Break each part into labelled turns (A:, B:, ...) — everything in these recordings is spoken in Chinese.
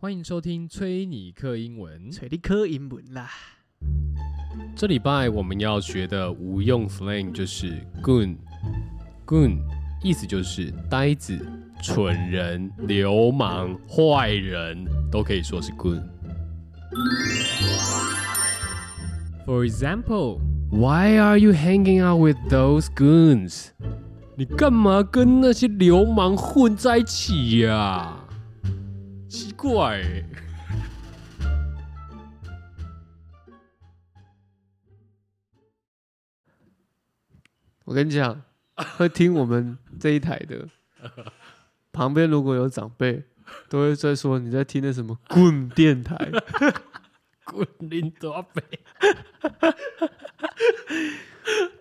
A: 欢迎收听崔尼克英文。
B: 找你考英文啦。
A: 这礼拜我们要学的无用 slang 就是 goon，goon 意思就是呆子、蠢人、流氓、坏人，都可以说是 goon。For example, why are you hanging out with those goons？你干嘛跟那些流氓混在一起呀、奇怪、 欸。
B: 我跟你讲，会听我们这一台的，旁边如果有长辈，都会在说你在听的什么棍电台。
A: 滚林多北，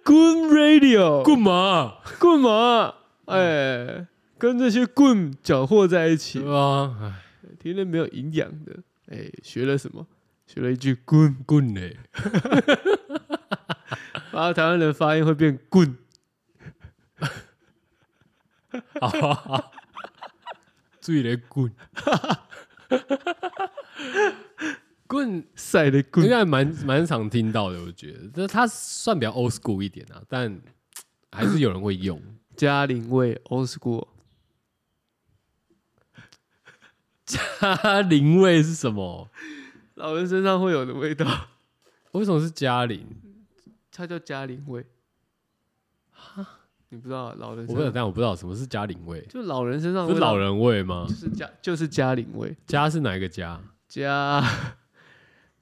B: Good Radio，
A: 滚嘛！
B: 棍嘛，哎、跟这些棍搅和在一起，
A: 啊，哎
B: 听了没有营养的，哎、学了什么？学了一句棍，
A: 滚嘞！
B: 然后台湾人发音会变棍，
A: 醉嘞滚！滚
B: 晒的
A: 应
B: 棍，
A: 该蛮蛮常听到的，我觉得，但它算比较 old school 一点啊，但还是有人会 用。
B: 嘉陵味 old school，
A: 嘉陵味是什么？
B: 老人身上会有的味道，
A: 为什么是嘉陵？
B: 它叫嘉陵味。你不知道啊老人
A: 我
B: 身
A: 不知道，
B: 上，
A: 但我不知道什么是啊嘉陵味，
B: 就老人身上的
A: 是
B: 味道
A: 老人味吗
B: 就？是嘉就是嘉陵味，
A: 嘉是哪一个嘉？
B: 嘉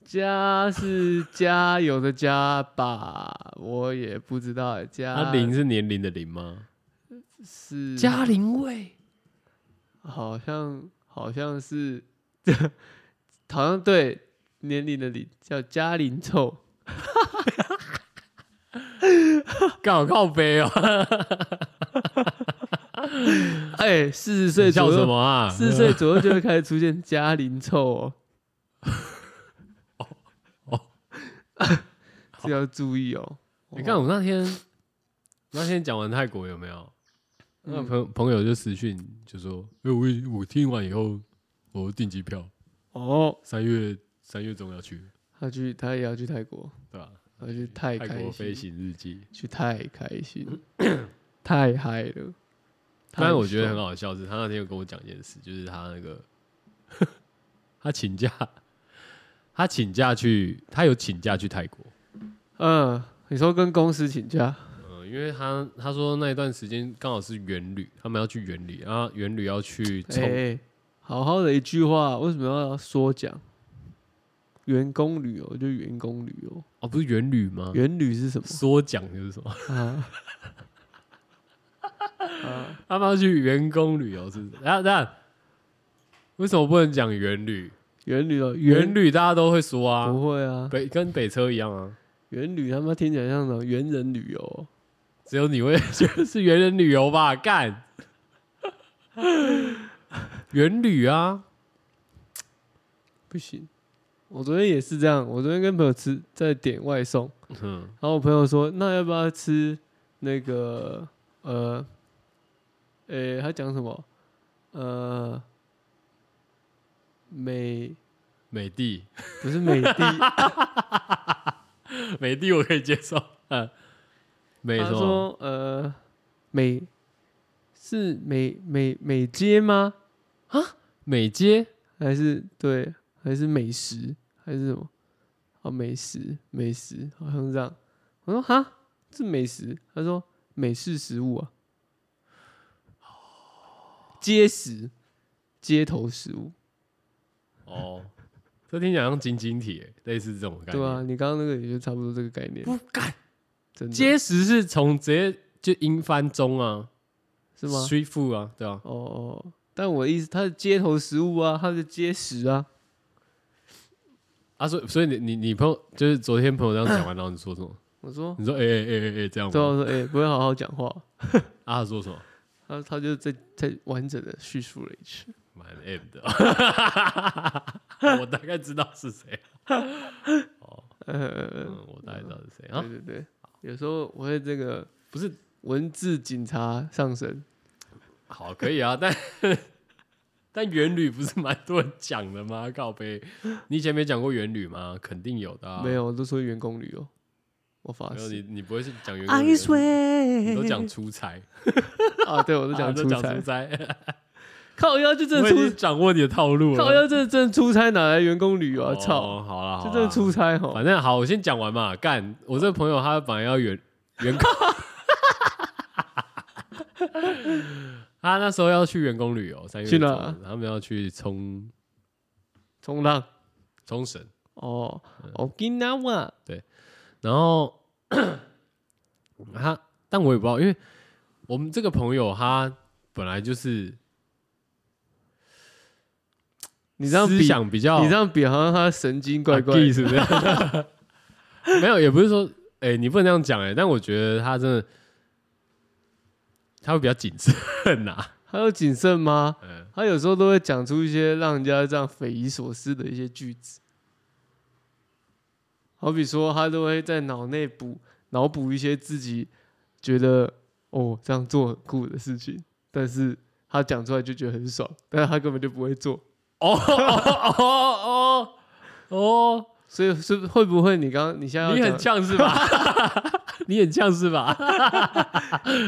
B: 嘉是加油的加吧，我也不知道
A: 那
B: 嘉
A: 陵啊是年龄的陵吗？
B: 是
A: 陵味。
B: 好像好像是 好像对年龄的龄叫嘉龄臭，
A: 搞靠背哦，
B: 哎，四十岁
A: 叫
B: 左
A: 什
B: 右，
A: 么啊？
B: 四十岁左右就会开始出现嘉龄臭哦。
A: 哦
B: 这要注意哦。
A: 你看我那天那天讲完泰国有没有？
B: 嗯
A: 那朋朋友就私讯就说：“哎、我已我听完以后，我订机票，
B: 哦，
A: 三月三月中要去，
B: 他去，他也要去泰国，
A: 对吧、
B: 他去太
A: 泰
B: 开
A: 国
B: 心，
A: 飞行日记。
B: 去太开心，太嗨了。
A: 但是我觉得很
B: 好，
A: 好笑是，他那天有跟我讲一件事，就是他那个 他请假，他请假去，他有请假去泰国。
B: 嗯，你说跟公司请假，
A: 嗯，因为他他说那一段时间刚好是元旅，他们要去元旅，啊，元旅要去
B: 哎、
A: 冲
B: 好好的一句话，为什么要缩讲？员工旅游就员工旅游，
A: 哦，不是元旅吗？
B: 员旅是什么
A: 缩讲就是什么？
B: 啊？啊，
A: 他们要去员工旅游是不是？等一下等一下，为什么不能讲元旅？
B: 员旅游，
A: 元
B: 员
A: 旅大家都会说啊，
B: 不会啊，
A: 北跟北车一样啊，
B: 员旅他妈听起来像什么猿人旅游哦、
A: 只有你会觉得是元人旅游吧？干， 元旅啊，
B: 不行。我昨天也是这样，我昨天跟朋友吃在点外送，
A: 嗯，
B: 然后我朋友说，那要不要吃那个呃，诶、他讲什么？呃，美
A: 美的，
B: 不是美的，
A: 美的我可以接受，嗯， 美
B: 他
A: 什么？
B: 说呃美是美美美街吗？
A: 美 街
B: 还是对还是美食还是什么？哦，美食美食好像是这样。我说哈，这美食？他说美式食物啊，街食街头食物，
A: 哦，这听起来像晶晶体欸，类似这种感觉。
B: 对啊，你刚刚那个也就差不多这个概念，
A: 不干，
B: 真的
A: 结石是从直接就英翻中啊，
B: 是吗？
A: ？Street food 啊，对啊。
B: 哦哦，但我的意思，它是街头食物啊，它是街食啊。
A: 啊，所以所以你你你朋友就是昨天朋友这样讲完，然后你说什么？
B: 我说，
A: 你说哎哎哎哎哎这样
B: 对啊，
A: 吗？
B: 我说，哎、不会好好讲话。
A: 啊，他说什么？
B: 他他就再再完整的叙述了一次。
A: 蛮 M 的，我大概知道是谁。
B: 呃，
A: 嗯，我大概知道是谁啊
B: 对。对对，有时候我会这个
A: 不是
B: 文字警察上身。
A: 好，可以啊，但 但元旅不是蛮多人讲的吗？告白，你以前没讲过元旅吗？肯定有的、啊。
B: 没，有，我都说员工旅游，我发
A: 没有
B: 誓
A: 你，你不会是讲员工
B: ，I
A: 旅游，你
B: swear，
A: 都讲出差，
B: 啊，对我都
A: 啊
B: 讲
A: 都
B: 出
A: 讲
B: 差
A: 出，差，
B: 靠腰就真
A: 我
B: 的
A: 已经
B: 出，
A: 掌握你的套路了。
B: 靠腰这真的出差哪来员工旅游 啊？
A: 哦
B: 操，
A: 好了，
B: 这真的出
A: 差。
B: 差哈
A: 反，正好，我先讲完嘛。干，我这个朋友他本来要远员工， 他那时候要去员工旅游，三月
B: 去
A: 中
B: 哪
A: 他们要去冲
B: 冲浪
A: 冲绳，
B: 哦，
A: 嗯
B: 哦，金南哇，
A: 然后 他，但我也不知道，因为我们这个朋友他本来就是
B: 你这样
A: 思
B: 比，
A: 想比较
B: 你这样比好像他神经怪怪的，
A: 是不是？没有，也不是 说，哎、你不能这样讲，哎，但我觉得他真的，他会比较谨慎呐、
B: 他有谨慎吗？
A: 嗯，
B: 他有时候都会讲出一些让人家这样匪夷所思的一些句子，好比说他都会在脑内补脑补一些自己觉得哦这样做很酷的事情，但是他讲出来就觉得很爽，但是他根本就不会做，
A: 哦哦哦哦
B: 所以是会不会你刚你现在
A: 哦，
B: 要
A: 你很
B: 讲
A: 呛是 吧？你很呛是吧？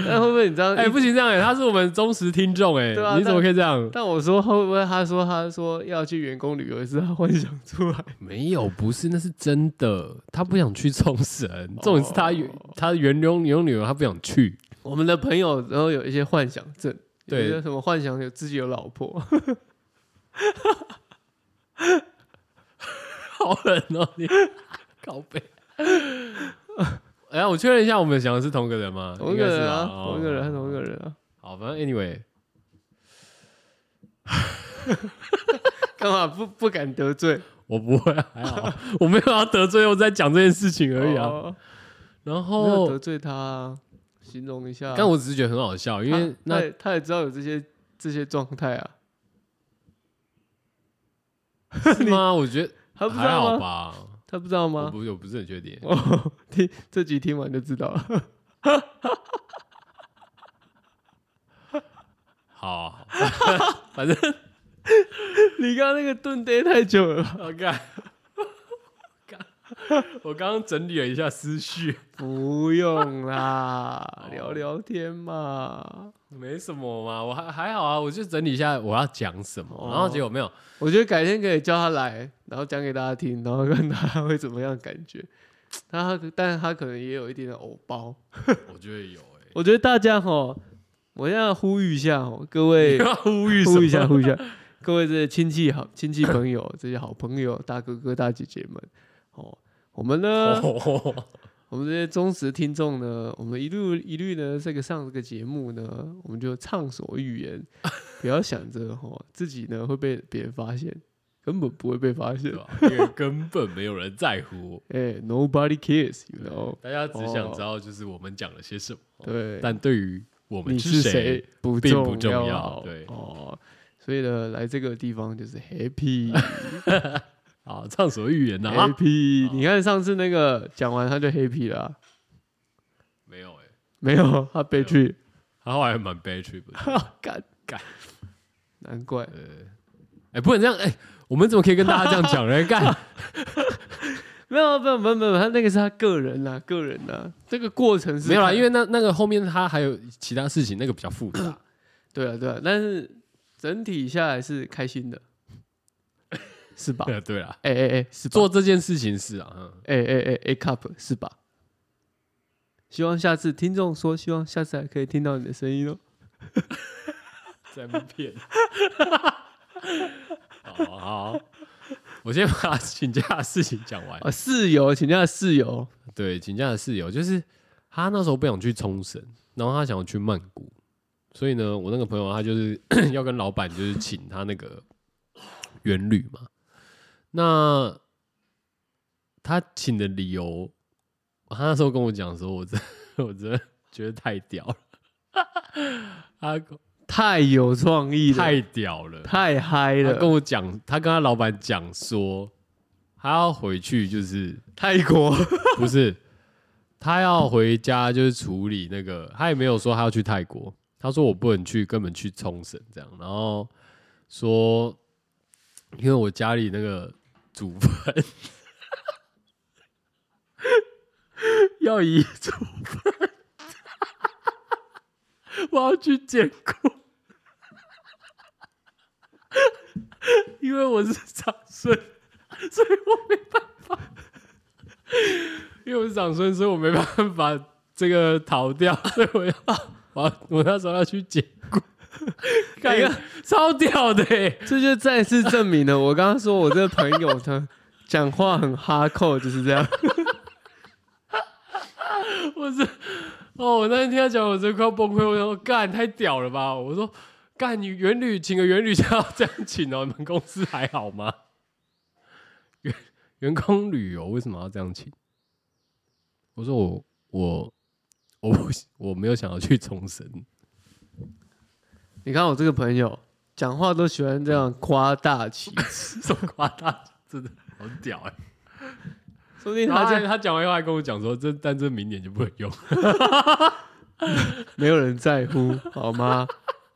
B: 但会不会你这样
A: 哎、
B: 一
A: 不行这样哎、他是我们忠实听众哎、
B: 对啊
A: 你怎么可以这样？
B: 但我说会不会他说他说要去员工旅游是他幻想出来？
A: 没有，不是，那是真的。他不想去冲绳，重点是他原、
B: 哦
A: 他原流原旅游，他不想去。
B: 我们的朋友然后有一些幻想症，
A: 对
B: 有一些什么幻想有自己有 老婆，
A: 好冷哦，你靠背。 哎呀，我确认一下，我们想的是同一个人吗？
B: 同一
A: 应
B: 个
A: 该
B: 人
A: 是吧
B: 啊，
A: 哦
B: 同一个人，他同一个人啊，
A: 好，反正 anyway，
B: 干嘛不不敢得罪
A: 我不会，还好， 我没有要得罪，我在讲这件事情而已啊。
B: 哦
A: 然
B: 没有
A: 后
B: 得，罪他啊，形容一下啊，
A: 但我只是觉得很好笑，因为
B: 他
A: 那
B: 他也他也知道有这些这些状态啊，
A: 是吗？我觉得
B: 他不知
A: 还好
B: 道吗？
A: 吧，
B: 他不知道
A: 我
B: 吗？
A: 不我不是很确定。
B: 哦， 听这集听完就知道了。
A: 好，好 反正
B: 你刚刚那个顿呆太久 了吧，
A: 我干， 我刚刚整理了一下思绪，
B: 不用啦，聊聊天嘛。
A: 没什么嘛，我还还好啊，我就整理一下我要讲什么，
B: 哦
A: 然后结果没有，
B: 我觉得改天可以叫他来，然后讲给大家听，然后看他会怎么样感觉。 他但是他可能也有一点点偶包。
A: 我觉得有哎、
B: 我觉得大家哈，我要呼吁一下哦，各位
A: 你要呼吁什么
B: 呼吁一下，，呼吁一下， 各位这些亲戚好亲戚朋友，这些好朋友大哥哥大姐姐们哦，我们 呢，
A: 哦
B: 我们这些忠实听众呢，我们一路一律呢，这个上这个节目呢，我们就畅所欲言，不要想着哦自己呢会被别人发现，根本不会被发现
A: 对。 吧？因为根本没有人在乎，
B: 哎、n o b o d y cares，you know？
A: 大家只想知道就是我们讲了些什么，
B: 对，
A: 但对于我们
B: 哦你是
A: 谁，
B: 不
A: 并
B: 重
A: 不重要
B: 要
A: 对
B: 哦，所以呢，来这个地方就是 happy
A: 啊，畅所欲言呐、啊，
B: happy。你看上次那个讲完他就 happy 了啊、
A: 没有哎、
B: 没有他悲剧，
A: 他后来还蛮悲催的，
B: 干
A: 干，
B: 难怪
A: 哎、不能这样，哎、我们怎么可以跟大家这样讲呢？干，
B: 没有没有没有没有，他那个是他个人啦、个人啦、这个过程是
A: 没有啦，
B: 看
A: 因为那那个后面他还有其他事情，那个比较复杂。
B: 对啊对啊，但是整体下来是开 心的，是吧？
A: 对对啦，
B: 哎哎哎，是吧
A: 做这件事情是啊，嗯，
B: 哎哎哎 A cup 是吧？希望下次听众说，希望下次还可以听到你的声音哦。
A: 在被骗。 好好，我先把请假的事情讲完。
B: 啊，室友，请假的室友，
A: 对，请假的室友就是他那时候不想去冲绳，然后他想要去曼谷，所以呢，我那个朋友他就是 要跟老板就是请他那个原旅嘛。那他请的理由，他那时候跟我讲的时候，我真我真的觉得太屌了，他
B: 太有创意了，
A: 太屌了，
B: 太嗨
A: 他跟
B: 了，
A: 我讲，他跟他老板讲说，他要回去就是
B: 泰国
A: 不是，他要回家就是处理那个，他也没有说他要去泰国，他说我不能去，根本去冲绳这样。然后说，因为我家里那个祖坟要移祖坟，我要去捡骨，因为我是长孙，所以我没办法，因为我是长孙，所以我没办法这个逃掉，所以我要我要我那时候要去捡骨，感觉超屌的、欸，
B: 这就再次证明了我刚刚说我这个朋友他讲话很哈扣，就是这样。
A: 我是哦，我那天听他讲，我真的快要崩溃。我想说，干太屌了吧！我说，干你元旅请个元旅假要这样请哦，你们公司还好吗？员员工旅游为什么要这样请？我说我我我不我没有想要去重 生，
B: 你看我这个朋友讲话都喜欢这样夸大其词，
A: 这么夸大，真的好屌哎、
B: 说不定
A: 然
B: 他
A: 后他
B: 这
A: 他讲完以后还跟我讲说，这但这明年就不能 用。
B: 没有人在乎，好吗？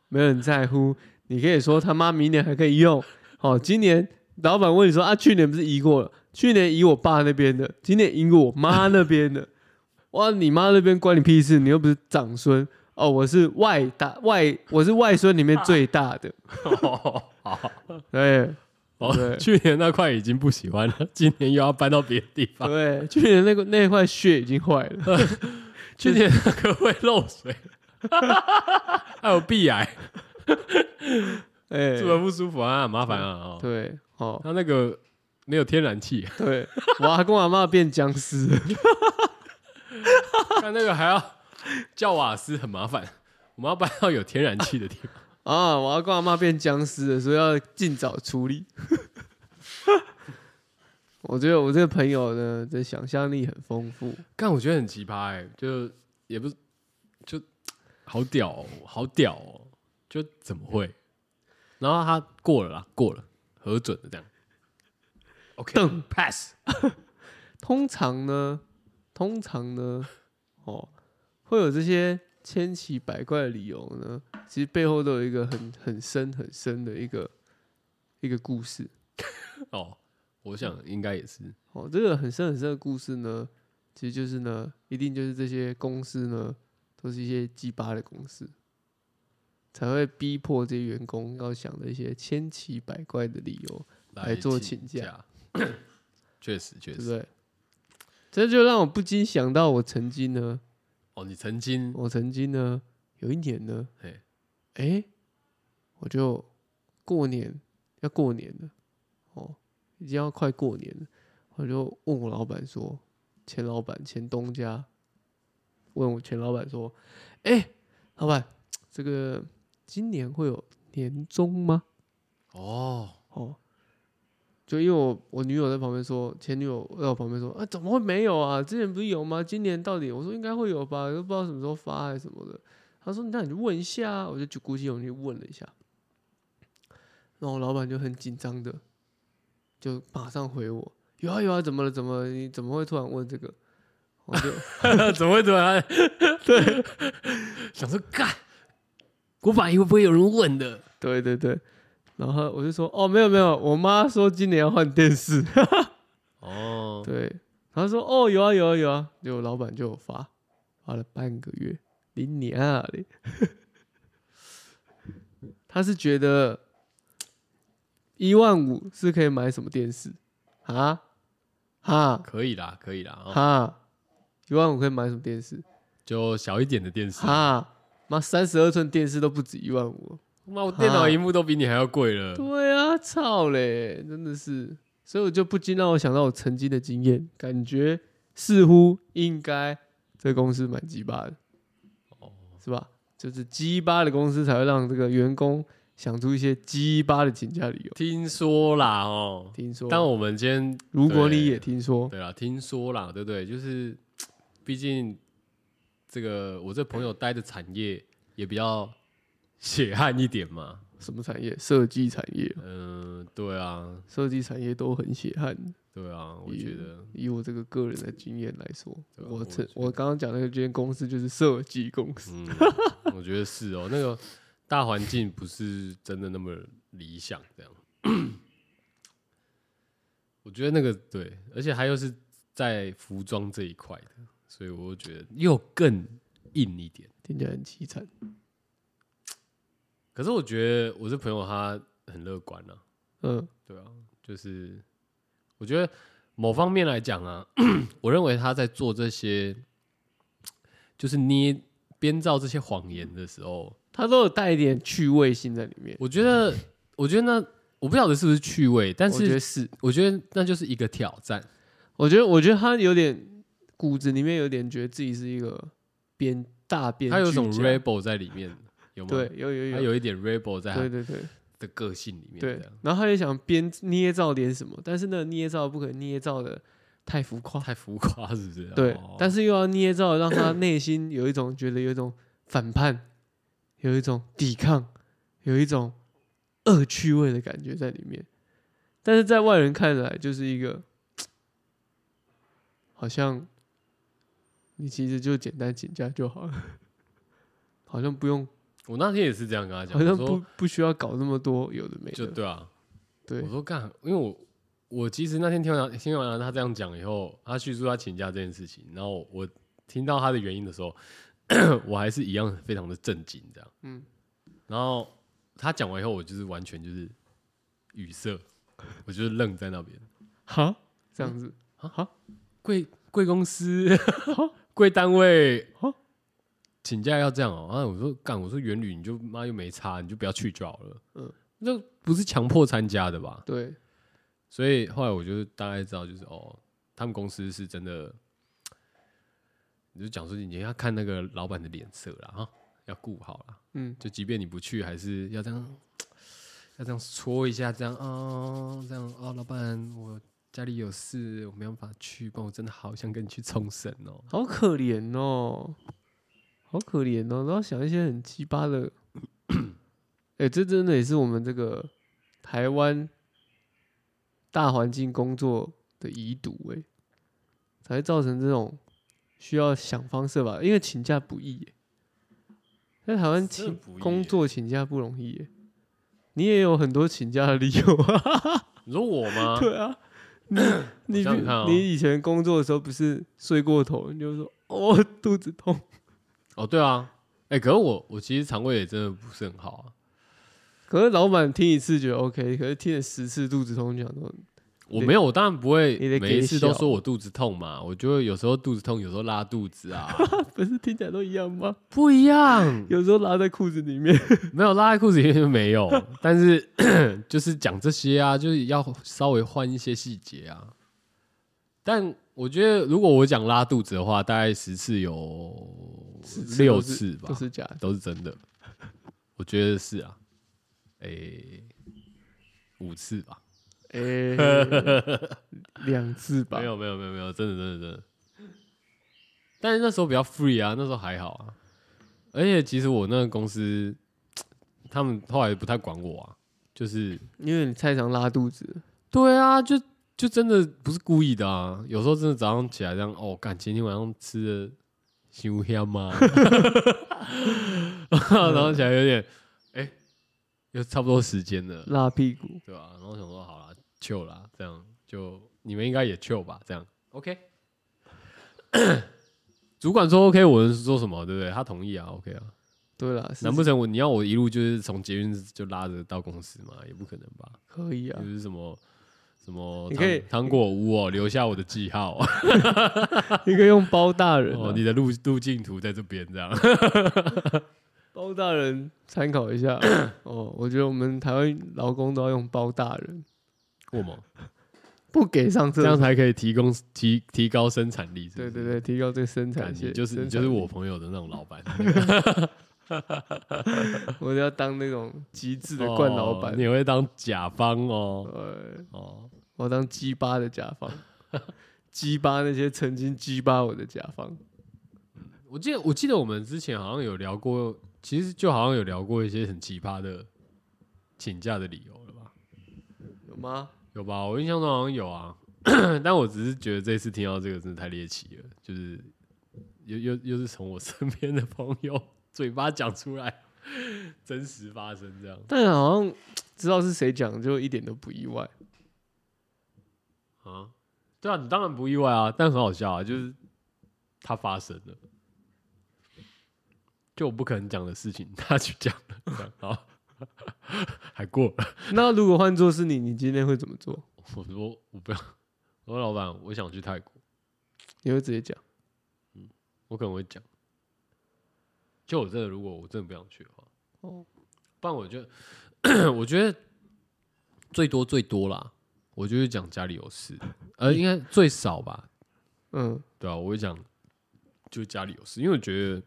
B: 没有人在乎，你可以说他妈明年还可以用，好，今年老板问你说啊，去年不是移过了？去年移我爸那边的，今年移过我妈那边的，哇，你妈那边关你屁事？你又不是长孙哦，我是外大外，我是外孙里面最大的，哎
A: 好，
B: 对
A: 哦，
B: 哦对
A: 去年那块已经不喜欢了，今年又要搬到别的地方。
B: 对，去年那个那块血已经坏了，
A: 去年那个会漏水，还有鼻癌，
B: 哎，
A: 住的不舒服啊，麻烦啊、哦。
B: 对，哦，
A: 他那个没有天然气，
B: 对，我阿公阿妈变僵尸了。
A: 他那个还要叫瓦斯，很麻烦。我们要搬到有天然气的地方。
B: 啊，我阿公阿妈变僵尸了，所以要尽早处理。 我觉得我这个朋友呢，这想象力很丰富。
A: 但我觉得很奇葩哎、就也不是就好屌、哦，好屌、哦，就怎么会？然后他过了啦，过了，核准的这样。OK，
B: 邓
A: pass，
B: 通常呢，通常呢，哦，会有这些千奇百怪的理由呢，其实背后都有一个很很深很深的一个一个故事。
A: 哦，我想应该也是，
B: 哦，这个很深很深的故事呢，其实就是呢，一定就是这些公司呢，都是一些鸡巴的公司，才会逼迫这些员工要想的一些千奇百怪的理由，来做请假
A: 假， 确实确
B: 对
A: 实
B: 不。对？这就让我不禁想到，我曾经呢，
A: 哦，你曾经
B: 我曾经呢，有一年呢，
A: 嘿
B: 哎、我就过年要过年了，哦，已经要快过年了，我就问我老板说，前老板前东家，问我前老板说，哎、老板，这个今年会有年终吗？
A: 哦，
B: 哦，就因为我我女友在旁边说，前女友在我旁边说，啊，怎么会没有啊？之前不是有吗？今年到底？我说应该会有吧，都不知道什么时候发还是什么的。他说那你就问一下啊，我就就鼓起勇气问了一下，然后我老板就很紧张的，就马上回我，有啊有啊，怎么了？怎么了你怎么会突然问这个？我就
A: 怎么会突然？对，想说干，古板会不会有人问的？
B: 对对对，然后我就说哦没有没有，我妈说今年要换电视。
A: 哦，
B: 对，他说哦有啊有啊有啊，结果老板就有发，发了半个月，你娘啊嘞！他是觉得一万五是可以买什么电视啊哈
A: 可以啦，可以啦，哦、
B: 哈，一万五可以买什么电视
A: 就小一点的电视。
B: 哈？妈三十二寸电视都不止一万五，
A: 妈，我电脑荧幕都比你还要贵了。
B: 对啊，操嘞，真的是，所以我就不禁让我想到我曾经的经验，感觉似乎应该这公司蛮鸡巴的，
A: 哦
B: 是吧？就是鸡巴的公司才会让这个员工想出一些鸡巴的请假理由。
A: 听说啦，哦，
B: 听说，
A: 但我们今天
B: 如果
A: 对
B: 你也听说，
A: 对啦，听说啦，对不对？就是，毕竟这个我这朋友待的产业也比较血汗一点嘛。
B: 什么产业？设计产业，
A: 嗯、对啊，
B: 设计产业都很血汗。
A: 对啊，我觉得
B: 以我这个个人的经验来说，
A: 对啊
B: 我
A: 我
B: 曾
A: 觉
B: 我刚刚讲那个间公司就是设计公司，
A: 嗯，我觉得是哦。那个大环境不是真的那么理想，这样。我觉得那个对，而且还又是在服装这一块的，所以我觉得又更硬一点。
B: 听起来很凄惨。
A: 可是我觉得我这朋友他很乐观啊，
B: 嗯
A: 对啊，就是我觉得某方面来讲啊， 我认为他在做这些，就是捏编造这些谎言的时候，，
B: 他都有带一点趣味性在里面。
A: 我觉得，我觉得那我不晓得是不是趣味，但
B: 我觉
A: 是
B: 得是，
A: 我觉得那就是一个挑战。
B: 我觉得，我觉得他有点骨子里面有点觉得自己是一个编大编剧
A: 他
B: 家，
A: 有一种 rebel 在里面，有吗？
B: 对，，有有
A: 他
B: 有，
A: 有一点 rebel 在
B: 对
A: 他
B: 对对
A: 的个性里面。
B: 对。然后他也想编捏造点什么，但是那个捏造不可能捏造的太浮夸，
A: 太浮夸是不是？
B: 对
A: 哦，
B: 但是又要捏造让他内心有一种觉得有一种反叛，有一种抵抗，有一种恶趣味的感觉在里面。但是在外人看来，就是一个好像你其实就简单请假就好了， 好像不用，
A: 我那天也是这样跟他讲，
B: 好像
A: 我说
B: 不不需要搞那么多有的没
A: 就
B: 的。
A: 对啊，
B: 对
A: 我，说干，因为我我其实那天听完听完他这样讲以后，他叙述他请假这件事情，然后我听到他的原因的时候， 我还是一样非常的震惊，这样，嗯，然后他讲完以后，我就是完全就是语塞，我就是愣在那边，
B: 哈，这样子，哈，
A: 贵贵公 司贵单位
B: 啊
A: 请假要这样哦、啊，我说干，我说元旅你就妈又没差，你就不要去就好了，嗯
B: 嗯，
A: 那不是强迫参加的吧？
B: 对，
A: 所以后来我就大概知道，就是哦，他们公司是真的，你就讲说你要看那个老板的脸色啦，哈，要顾好啦。
B: 嗯，
A: 就即便你不去，还是要这样，要这样戳一下，这样哦，这样哦，老板，我家里有事，我没办法去，不然我真的好想跟你去冲绳哦。
B: 好可怜哦，好可怜哦，然后想一些很鸡巴的，哎、这真的也是我们这个台湾大环境工作的遗毒哎、才会造成这种需要想方设法，因为请假不易、欸，在台湾
A: 真的
B: 请
A: 不易
B: 工
A: 欸
B: 作请假不容易、欸，你也有很多请假的理由啊。
A: 你说我吗？
B: 对啊， 你
A: 我
B: 你
A: 想想看哦
B: 你以前工作的时候不是睡过头，你就说哦肚子痛，
A: 哦，对啊，哎、可是我我其实肠胃也真的不是很好啊。
B: 可是老板听一次觉得 OK，可是听了十次肚子痛，就想说
A: 我
B: 你
A: 没有，我当然不会
B: 你得
A: 每一
B: 给
A: 次都
B: 小
A: 说我肚子痛嘛，我就会有时候肚子痛，有时候拉肚子啊，
B: 不是听起来都一样吗？
A: 不一样，
B: 有时候拉在裤子里面，
A: 没有拉在裤子里面就没有，但是就是 讲这些啊，就是要稍微换一些细节啊。但我觉得如果我讲拉肚子的话，大概十次有
B: 10次
A: 六
B: 都是
A: 次吧，
B: 都是假的。
A: 都是真的，我觉得是啊，诶、五次吧。
B: 哎、两次吧
A: 哎没，有没有没有没有，真的真的真的。但是那时候比较 free 啊，那时候还好啊。而且其实我那个公司，他们后来不太管我啊，就是
B: 因为你太常拉肚子，
A: 对啊，就就真的不是故意的啊。有时候真的早上起来这样，哦，干，前天晚上吃的香香 吗？然后起来有点，哎、又差不多时间了，
B: 拉屁股，
A: 对吧、然后想说好啦，chill 啦，这样就你们应该也 chill 吧，这样 OK。主管说 OK，我能说什么，对不对？他同意啊，OK 啊。
B: 对啦，是
A: 难不成我你要我一路就是从捷运就拉着到公司吗？也不可能吧。
B: 可以啊
A: 就？是什么什么
B: 你
A: 糖
B: 可以
A: 糖果屋哦，留下我的记号
B: 你可以用包大人、啊
A: 哦，你的路路径图在这边这 样。
B: 包大人参考一 下哦。我觉得我们台湾劳工都要用包大人，
A: 过吗？
B: 不给上厕
A: 这
B: 所
A: 样。才可以提供提提高生产力是不
B: 对
A: 是。
B: 对对，提高这个生
A: 干，
B: 产
A: 你
B: 线，
A: 就是你
B: 生
A: 就是
B: 产
A: 我
B: 力，
A: 朋友的那种老 板，
B: 我要当那种极致的惯老板
A: 哦，你会当甲方哦。
B: 呃，
A: 哦，
B: 我要当鸡巴的甲 方，鸡巴那些曾经鸡巴我的甲方，
A: 我记得我记得我们之前好像有聊过，其实就好像有聊过一些很奇葩的请假的理由了吧？
B: 有吗？
A: 有吧？我印象中好像有啊， 但我只是觉得这次听到这个真的太猎奇了，就是又又又是从我身边的朋友嘴巴讲出来，真实发生这样
B: 但好像知道是谁讲，就一点都不意外。
A: 啊？对啊，你当然不意外啊，但很好笑啊，就是它发生了，就我不可能讲的事情，他去讲了，这样好， 还过了。
B: 那如果换做是你，你今天会怎么做？
A: 我说我不要，我说老板，我想去泰国，
B: 你会直接讲？
A: 我可能会讲。就我真的，如果我真的不想去的话，
B: 哦，
A: 不然我觉得， 我觉得最多最多啦，我就是讲家里有事，呃，应该最少吧，
B: 嗯，
A: 对啊，我会讲，就家里有事，因为我觉得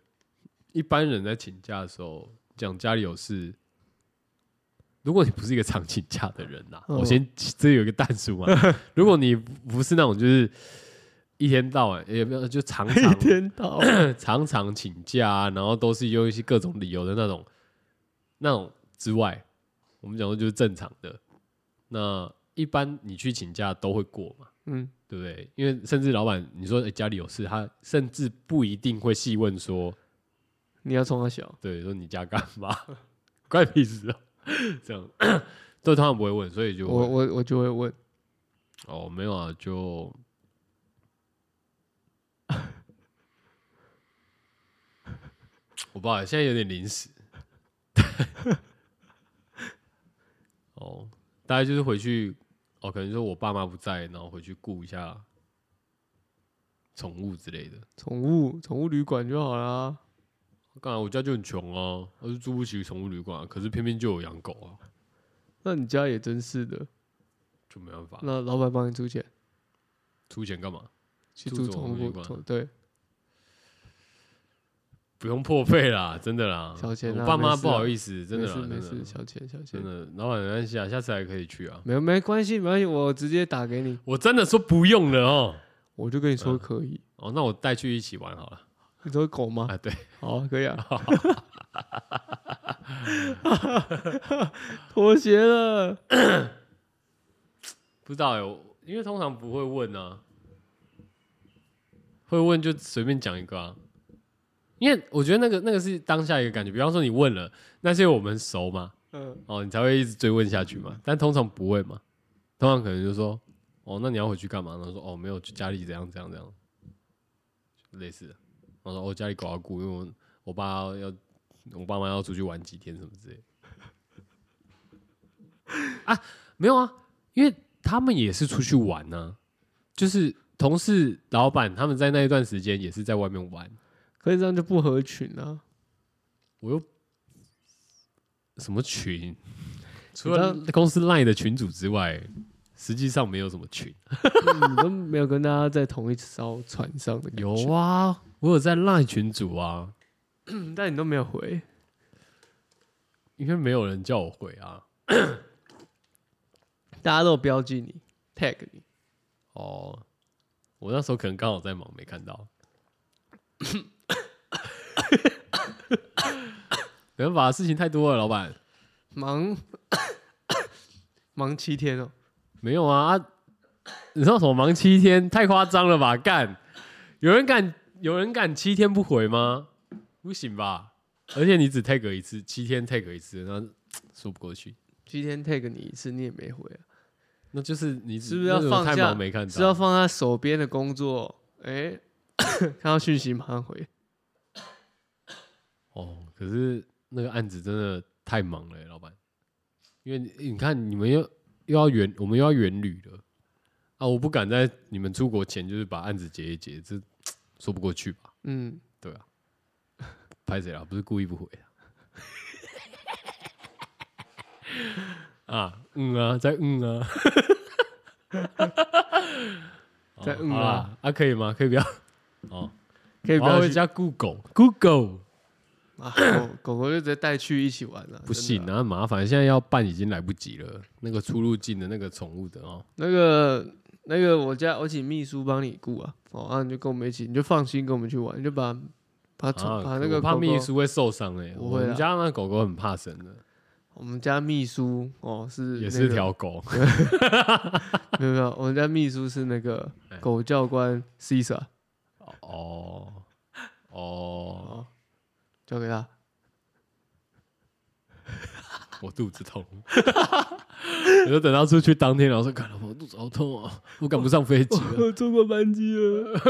A: 一般人在请假的时候讲家里有事，如果你不是一个常请假的人呐、
B: 嗯
A: 我先这有一个淡数 嘛，如果你不是那种就是一天到晚也没有就常
B: 一
A: 常
B: 天到晚
A: 常常请假、啊，然后都是用一些各种理由的那种那种之外，我们讲的就是正常的。那一般你去请假都会过嘛？
B: 嗯，
A: 对不对？因为甚至老板你说、诶家里有事，他甚至不一定会细问说，
B: 你要冲他小，
A: 对，说你家干嘛， 关你屁事啊，这样都通常不会问，所以就
B: 我
A: 会
B: 我我就会问，
A: 哦没有啊，就我不好意思，现在有点临时，哦，大概就是回去哦，可能说我爸妈不在，然后回去顾一下宠物之类的。
B: 宠物宠物旅馆就好啦。
A: 干嘛？我家就很穷啊，我就住不起宠物旅馆啊、可是偏偏就有养狗啊，
B: 那你家也真是的，
A: 就没办法。
B: 那老板帮你出钱
A: 出钱干嘛？
B: 去
A: 住
B: 住
A: 宠物
B: 宠
A: 旅
B: 物
A: 馆啊
B: 宠对，
A: 不用破费啦，真的啦。
B: 小钱啊
A: 我爸妈
B: 没事啊
A: 不好意思，真的
B: 没
A: 啦
B: 事，没
A: 真
B: 事，
A: 的，
B: 小钱小钱
A: 真，的。老板没关系啊，下次还可以去啊。
B: 没有没关系没关系，我直接打给你，
A: 我真的说不用了哦。
B: 我就跟你说
A: 嗯
B: 可以。
A: 哦，那我带去一起玩好了。
B: 你说狗吗？
A: 啊，对，
B: 好啊，可以啊。妥协了，
A: 不知道有、我因为通常不会问啊，会问就随便讲一个啊。因为我觉得那个那个是当下一个感觉，比方说你问了，那是因为我们熟嘛，
B: 嗯，
A: 哦，你才会一直追问下去嘛。但通常不会嘛，通常可能就说，哦，那你要回去干嘛？然后说，哦，没有，就家里怎样怎样怎样，类似的。然后说，哦，家里狗要顾，因为我我爸要，我爸妈要出去玩几天什么之类的。啊，没有啊，因为他们也是出去玩呢、就是同事、老板他们在那一段时间也是在外面玩，
B: 可以这样就不合群啊。
A: 我又什么群？除
B: 你知
A: 了
B: 道
A: 公司 LINE 的群组之外，实际上没有什么群。啊
B: 你都没有跟大家在同一艘船上的感觉，
A: 有啊，我有在 LINE 群组啊，
B: 嗯但你都没有回。
A: 因为没有人叫我回啊。
B: 大家都有标记你，tag 你，
A: 哦，我那时候可能刚好在忙，没看 到。没办法，事情太多了，老板。
B: 忙 忙七天哦、
A: 没有啊，啊你知道什么忙七天？太夸张了吧？干，有人敢有人敢七天不回吗？不行吧？而且你只 tag 一次，七天 tag 一次，那说不过去。
B: 七天 tag 你一次，你也没回啊，
A: 那就是你
B: 是不是要
A: 那种
B: 放
A: 太
B: 假
A: 忙没看
B: 是要
A: 到？
B: 放在手边的工作，哎、看到讯息马上回。
A: 哦，可是那个案子真的太忙了、老板。因为你你看，你们又又要远，我们又要远旅了啊！我不敢在你们出国前就是把案子结一结，这说不过去吧？
B: 嗯，
A: 对啊， 拍谁啊？不是 故意不回啊。啊，嗯啊，在嗯啊，
B: 在嗯啊
A: 好啦，啊可以吗？可以不要？哦，
B: 可以不
A: 我要
B: 要
A: 回
B: 去
A: 家 Google，Google
B: 啊，狗狗狗就直接带去一起玩了、
A: 不行
B: 真的
A: 啊，麻烦，现在要办已经来不及了。那个出入境的那个宠物的哦，
B: 那个那个，我家我请秘书帮你雇啊，哦，啊，你就跟我们一起，你就放心跟我们去玩，你就把把、
A: 啊，
B: 把那
A: 我
B: 个
A: 怕
B: 狗狗
A: 秘书会受伤哎，
B: 不
A: 我
B: 会啊啦
A: 们家那狗狗很怕生的，
B: 我们家秘书哦是
A: 也
B: 那
A: 是
B: 个
A: 条狗。
B: 没有没有，我们家秘书是那个
A: 哎
B: 狗教官 Cisa，
A: 哦哦，
B: 哦，交给他。
A: 我肚子痛， 我就等到出去当天，然后说：“看了，我肚子好痛啊，我赶不上飞机了。
B: 我坐过班机啊了，”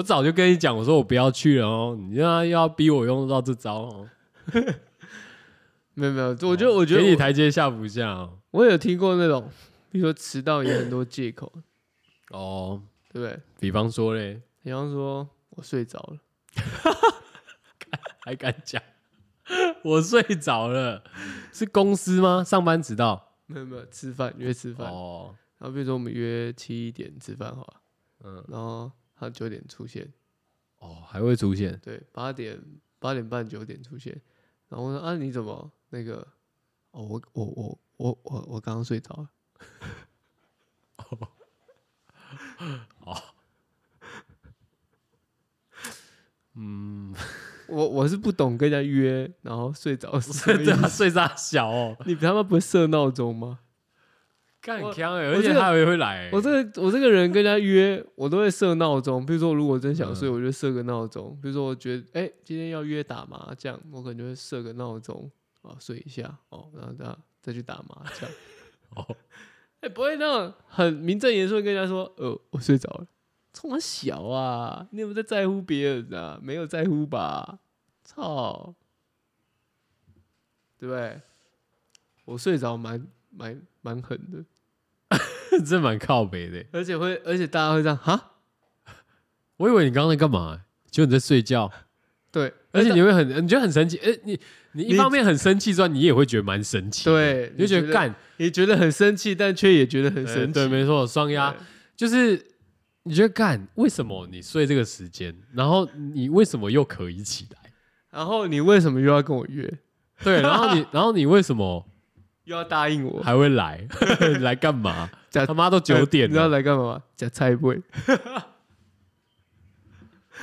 A: 我早就跟你讲，我说我不要去了哦，你现在又要逼我用到这招哦，
B: 没有没有，我觉得我觉
A: 给你
B: 得
A: 台阶下不下哦。
B: 我我有听过那种，比如说迟到有很多借口，
A: 哦，
B: 对不对？
A: 比方说嘞，
B: 比方说我睡着了，
A: 还敢讲，我睡着了，是公司吗？上班迟到
B: 没有没有，吃饭约吃饭，
A: 哦，
B: 然后比如说我们约七点吃饭好了，
A: 嗯，
B: 然后他九点出现，
A: 哦，还会出 现
B: 对，八点八点半九点出现，然后我说啊你怎么那个？哦，我我我我我我刚刚睡着了，哦
A: 嗯，
B: 我我是不懂跟人家约，然后睡着是 什么
A: 真
B: 意
A: 的啊
B: 思？
A: 睡啥小哦，
B: 你他妈不会设闹钟吗？
A: 干
B: 我
A: 强欸，
B: 我
A: 而且
B: 这个
A: 他还会来欸，
B: 我这个我这个人跟人家约， 我都会设闹钟。比如说，如果真想睡，我就设个闹钟。比如说，我觉得哎、今天要约打麻将，我可能就会设个闹钟啊，睡一下哦，然后再再去打麻将。
A: 哦
B: 哎、不会那种很名正言顺跟人家说，呃，我睡着了。冲我小啊，你有没有在在乎别人啊？没有在乎吧？操，对不对？我睡着蛮蛮蛮狠的。
A: 这蛮靠北的欸。
B: 而且会，而且大家会这样哈，
A: 我以为你刚刚在干嘛欸、结果你在睡觉，
B: 对，
A: 而且
B: 但
A: 你会很，你觉得很生气。哎、你你一
B: 你
A: 方面很生气之外，你也会觉得蛮神奇，，
B: 对，
A: 你就觉得，干
B: 你觉得很生气，但却也觉得很
A: 呃
B: 神奇，
A: 对，没啊错，双压
B: 对
A: 就是你觉得干为什么你睡这个时间，然后你为什么又可以起 来？
B: 然后你为什么又要跟我约，
A: 对，然后你然后你为什么
B: 又要答应 我？
A: 还会来？ 你来干嘛？
B: 假
A: 他妈都九点啊
B: 你知道
A: 了，
B: 来干嘛吗？假菜不会，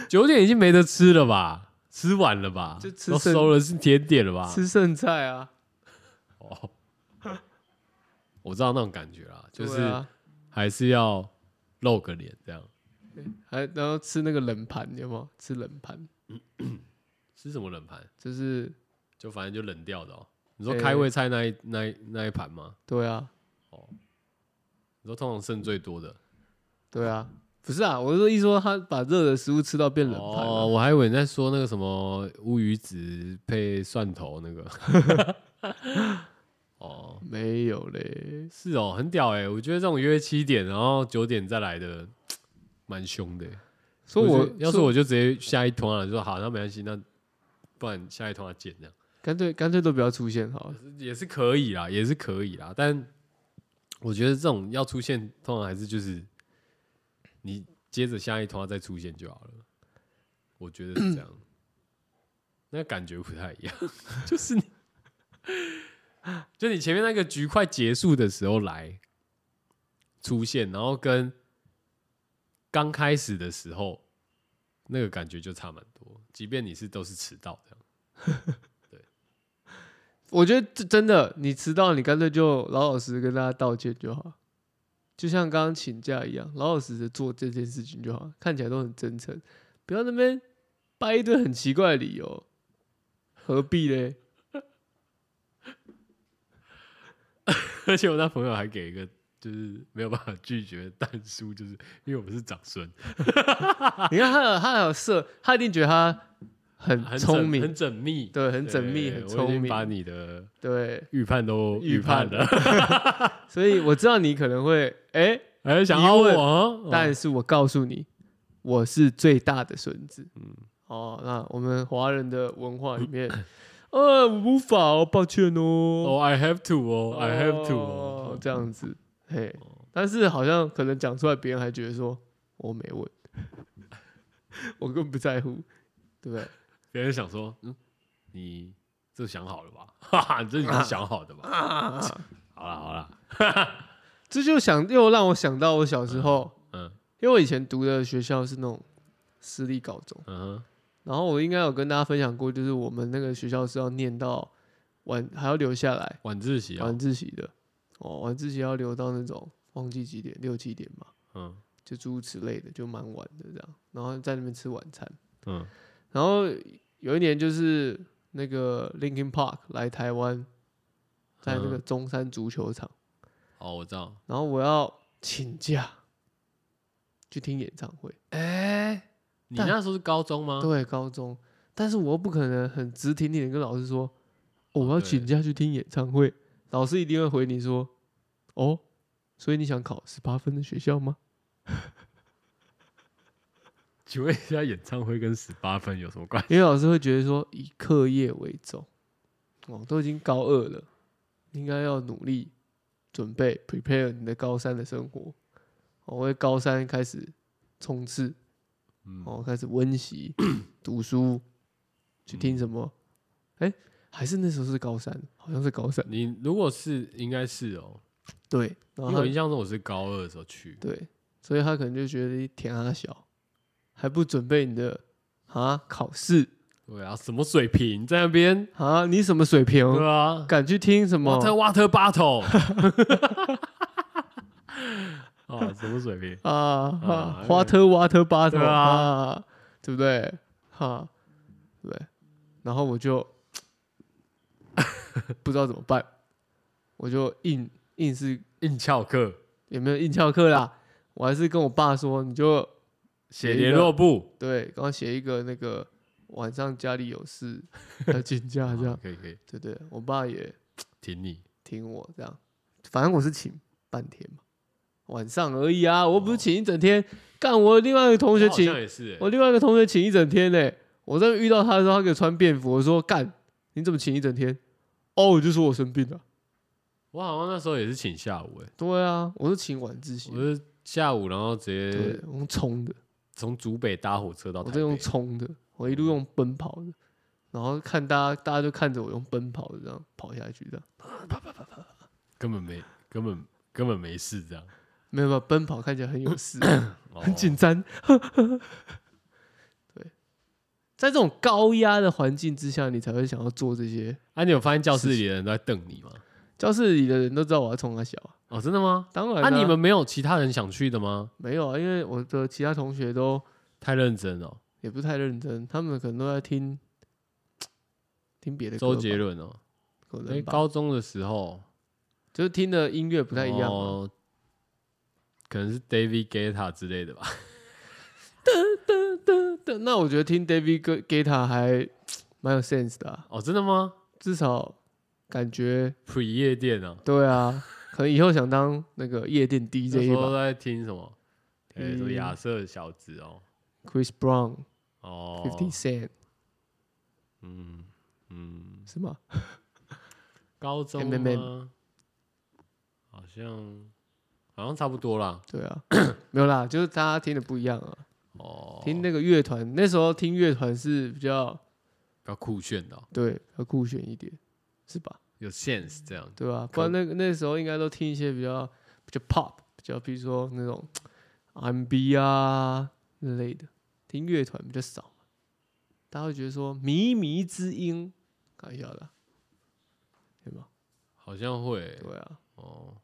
A: 九点已经没得吃了吧？吃完了吧？
B: 就吃
A: 都
B: 剩
A: 收了是甜点了吧？
B: 吃剩菜啊，
A: 哦，我知道那种感觉啦，就
B: 对
A: 是。
B: 啊，
A: 还是要露个脸这样。
B: 还然后吃那个冷盘，有没有吃冷盘？
A: 吃什么冷盘？
B: 就是
A: 就反正就冷掉的哦。你说
B: 诶
A: 开胃菜那一、那一那一盘吗？
B: 对啊，
A: 你说通常剩最多的
B: 对啊，不是啊，我是说一说他把热的食物吃到变冷盘啊
A: 哦，
B: 了，
A: 我还以为你在说那个什么乌鱼子配蒜头那个。 哦，
B: 没有嘞，
A: 是哦，很屌哎、我觉得这种约七点然后九点再来的，蛮凶的欸、
B: 所以
A: 我
B: 我
A: 就要是我就直接下一通啊，就说好，那没关系，那不然下一通啊见这样。
B: 干脆干脆都不要出现好了，
A: 也是可以啦，也是可以啦，但我觉得这种要出现，通常还是就是你接着下一通话再出现就好了。我觉得是这样，那感觉不太一样， 就是你，就你前面那个局快结束的时候来出现，然后跟刚开始的时候那个感觉就差蛮多，即便你是都是迟到这样。
B: 我觉得这真的，你迟到，你干脆就老老实实跟大家道歉就好，就像刚刚请假一样，老老实实做这件事情就好，看起来都很真诚，不要那边掰一堆很奇怪的理由，何必 嘞？
A: 而且我那朋友还给一个就是没有办法拒绝的蛋叔，就是因为我们是长孙，
B: 你看他有他有设，他一定觉得他
A: 很
B: 很
A: 缜
B: 聪明，
A: 很缜密，
B: 对，很缜密，
A: 对
B: 很
A: 我已
B: 聪
A: 经把
B: 明，
A: 你的
B: 对，
A: 预判都
B: 预
A: 预判
B: 判
A: 了，
B: 所以我知道你可能会，哎、
A: 还想要
B: 疑问
A: 我哦，
B: 但是我告诉你，我是最大的孙子。嗯，哦，那我们华人的文化里 面，呃，无法哦，抱歉哦
A: 哦，I have to 哦，I have to 哦，
B: 这样子，嘿，但是好像可能讲出来，别人还觉得说我没问， 我根本不在乎，对不对？
A: 别人想说，嗯，你这想好了吧？ 哈哈，这你是想好的吧？
B: 啊，
A: 好了好了，
B: 这就想又让我想到我小时候，
A: 嗯
B: 因为我以前读的学校是那种私立高中。
A: 嗯哼，
B: 然后我应该有跟大家分享过，就是我们那个学校是要念到晚，还要留下来
A: 晚自习啊
B: 晚，自习的。哦，晚自习要留到那种忘记几点，六七点嘛，
A: 嗯
B: 就诸如此类的，就蛮晚的这样。然后在那边吃晚餐。
A: 嗯
B: 然后有一年就是那个 Linkin Park 来台湾，在那个
A: 嗯
B: 中山足球场，
A: 哦，我知道。
B: 然后我要请假去听演唱会。
A: 哎、你
B: 但
A: 那时候是高中吗？
B: 对，高中，但是我又不可能很直挺挺的跟老师说、哦我
A: 哦
B: 要
A: 对
B: 请假去听演唱会，老师一定会回你说，哦，所以你想考十八分的学校吗？
A: 请问一下，演唱会跟十八分有什么关系？
B: 因为老师会觉得说以课业为重，哦，都已经高二了，应该要努力准备 prepare 你的高三的生活，哦，为高三开始冲刺，
A: 嗯
B: 哦，开始温习读书，去
A: 嗯
B: 听什么？哎、还是那时候是高三，好像是高三，
A: 你如果是应该是哦，
B: 对，
A: 因
B: 然
A: 为
B: 后
A: 我
B: 他
A: 印象中我是高二的时候去，
B: 对，所以他可能就觉得填阿小，还不准备你的啊考试
A: 对啊，什么水平在那边？
B: 啊，你什么水平？
A: 对啊
B: 敢去听嗯什么？
A: ，Water Water Bottle，啊，什么水平？
B: 啊，
A: 啊
B: 哈花特挖特巴特
A: 对啊
B: 啊，对不对？哈，对，然后我就 不知道怎么办，我就硬硬是
A: 硬翘课，
B: 也没有硬翘课啦，我还是跟我爸说，你就
A: 写联络簿，
B: 对，刚刚写一个那个晚上家里有事要请假啊这
A: 好
B: 样，
A: 可以可以，
B: 对对，我爸也
A: 挺你。
B: 听我这样，反正我是请半天嘛，晚上而已啊，我又不是请一整天，干我另外一个同学
A: 哦我好
B: 请
A: 像也是欸，
B: 我另外一个同学请一整天呢、我在遇到他的时候，他给我穿便服，我说干，你怎么请一整天？哦，我就说我生病了。
A: 我好像那时候也是请下午，哎，
B: 对啊，我是请晚自习
A: 我，是下午然后直
B: 对
A: 接，
B: 我用冲的，
A: 从竹北搭火车到
B: 我
A: 台
B: 在用
A: 北，
B: 冲的，我一路用奔跑的，然后看大家，大家就看着我用奔跑的这样跑下去，这样
A: 根本没根本根本没事这样，
B: 没有没有，奔跑看起来很 有事，
A: 哦
B: 很紧张。 对，在这种高压的环境之下，你才会想要做这些。
A: 啊，你有发现教室里的人都在瞪你吗？
B: 教室里的人都知道我要冲他小啊，
A: 哦，真的吗？
B: 当然、
A: 啊，你们没有其他人想去的吗？
B: 没有啊，因为我的其他同学都
A: 太认真了，
B: 也不太认真，他们可能都在听听别的歌
A: 周
B: 吧，
A: 杰伦哦，
B: 可
A: 哎，
B: 能吧，
A: 高中的时候
B: 就是听的音乐不太一样嘛。
A: 哦可能是 David Guetta 之类的吧。
B: 但那我觉得听 David Gu- Guetta 还蛮有 sense 的啊、
A: 哦，真的吗
B: 至少感觉
A: ？Pre 夜店啊，
B: 对啊，可能以后想当那个夜店
A: 那
B: DJ
A: 时候
B: 吧
A: 在听什么？哎，什么
B: 嗯
A: 亚瑟小子哦，
B: ，Chris Brown、
A: 哦，
B: Fifty Cent
A: 嗯嗯，
B: 是吗？
A: 高中
B: M&M
A: 吗？好像好像差不多啦。
B: 对啊， 没有啦，就是大家听的不一样啊。
A: 哦，
B: 听那个乐团，那时候听乐团是比较
A: 比较酷炫的哦，
B: 对，比较酷炫一点，是吧？
A: 有 sense 这样。
B: 对吧、
A: 可
B: 不然那个那时候应该都听一些比较比较 pop，比较比如说那种 R&B 啊那类的，听乐团比较少嘛大家会觉得说靡靡之音，看一下啦，对吧？
A: 好像会
B: 对啊，
A: 哦，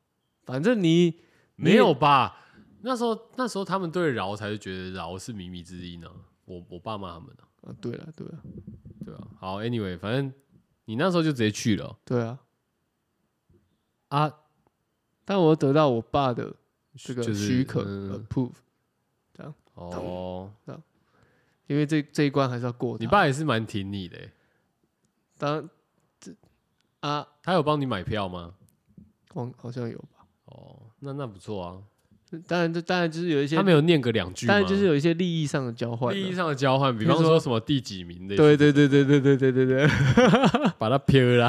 B: 反正你
A: 没有吧？那时候那时候他们对饶才是觉得饶是靡靡之音呢、我我爸妈他们呢、
B: 啊，对了，对啊，
A: 对啊。好，anyway，反正你那时候就直接去了
B: 对啊，
A: 啊，
B: 但我得到我爸的这个
A: 就是
B: 许可、
A: 嗯
B: approve，
A: 哦，
B: 因为这这一关还是要过的。
A: 你爸也是蛮挺你的欸、
B: 当然这啊，
A: 他有帮你买票吗？
B: 光好像有吧？
A: 哦，那那不错啊。
B: 当然这当然就是有一些
A: 他，没有念个两句吗？
B: 当然就是有一些利益上的交换啊，
A: 利益上的交换，比
B: 比如
A: 方
B: 说
A: 说什么第几名的，
B: 对对对对对对对对对，
A: 把它撇啦。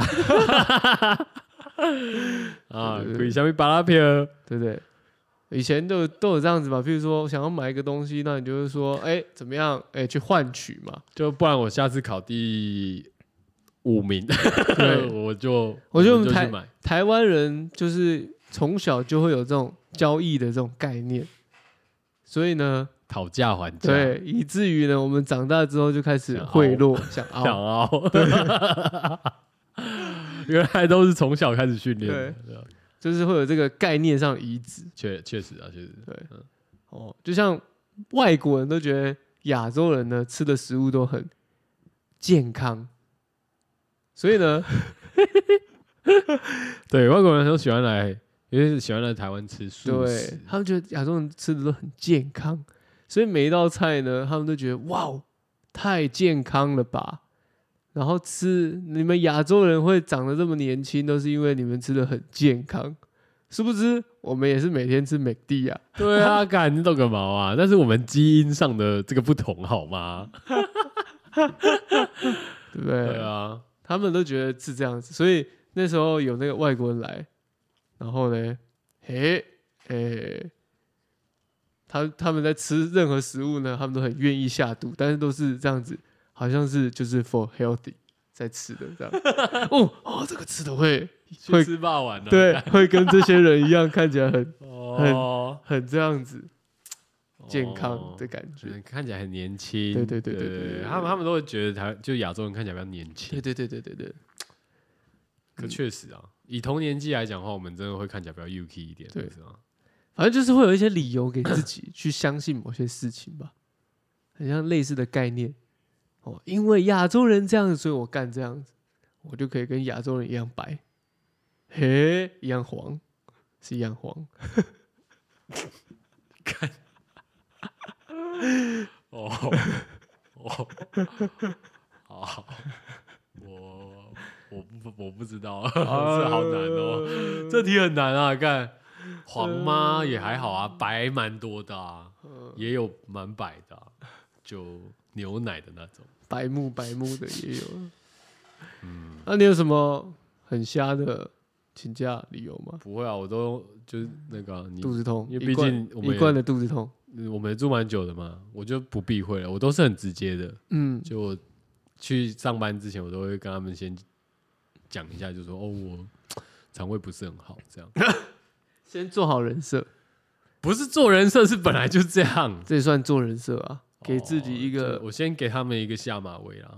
A: 啊，
B: 对对对
A: 鬼下面把它撇。
B: 对对，以前都有都有这样子嘛，譬如说想要买一个东西，那你就是说，哎，怎么样，哎，去换取嘛。
A: 就不然我下次考第五名，
B: 对
A: 我就
B: 我觉得我们
A: 就去
B: 台
A: 买，
B: 台湾人就是从小就会有这种交易的这种概念，所以呢，
A: 讨价还价，，
B: 对，以至于呢，我们长大之后就开始
A: 啊想
B: 贿赂，想
A: 想
B: 凹，
A: 凹。 原来都是从小开始训练的，对啊
B: 就是会有这个概念上的移植。
A: 确确实啊，确实
B: 对，哦，就像外国人都觉得亚洲人呢吃的食物都很健康，所以呢，
A: 对，外国人都喜欢来，尤其是喜欢来台湾吃素
B: 对
A: 食。
B: 他们觉得亚洲人吃的都很健康，所以每一道菜呢，他们都觉得哇哦，太健康了吧。然后吃你们亚洲人会长得这么年轻，都是因为你们吃的很健康。殊不知我们也是每天吃美的啊，
A: 对啊，干你懂个毛啊！但是我们基因上的这个不同，好吗？
B: 对不对？
A: 对啊，
B: 他们都觉得是这样子，所以那时候有那个外国人来，然后呢，嘿，诶，他他们在吃任何食物呢，他们都很愿意下肚，但是都是这样子，好像是就是 for healthy 在吃的这样。哦哦，这个吃的会
A: 去吃霸王啊了。
B: 对，会跟这些人一样，看起来很
A: 哦，
B: 很这样子健康
A: 哦
B: 的感觉。
A: 嗯看起来很年轻。
B: 对对对对对对
A: 他们他们都会觉得台就亚洲人看起来比较年
B: 对
A: 轻，
B: 对对对对对
A: 可确实啊，以同年纪来讲的话，我们真的会看起来比较 UK 一点，
B: 对
A: 你知道吗
B: 反正就是会有一些理由给自己去相信某些事情吧， 很像类似的概念哦。因为亚洲人这样子，所以我干这样子，我就可以跟亚洲人一样白，嘿，一样黄，是一样黄。
A: 哦哦，好，我我不我不知道， 这好难哦，这题很难啊，看黄吗也还好啊，白蛮多的啊，
B: 嗯
A: 也有蛮白的啊、就牛奶的那种。
B: 白目白目的也有。嗯，那你有什么很瞎的请假理由吗？
A: 不会啊，我都就是那个啊、你
B: 肚子痛，
A: 因为
B: 一
A: 毕
B: 罐
A: 竟我们
B: 一
A: 也
B: 罐的肚子痛。
A: 嗯我们也住蛮久的嘛，我就不避讳了，我都是很直接的。
B: 嗯，
A: 就我去上班之前，我都会跟他们先讲一下，就说哦，我肠胃不是很好，这样
B: 先做好人设，
A: 不是做人设，是本来就这样，
B: 这也算做人设啊，给自己一
A: 哦
B: 个
A: 就我先给他们一个下马威啦，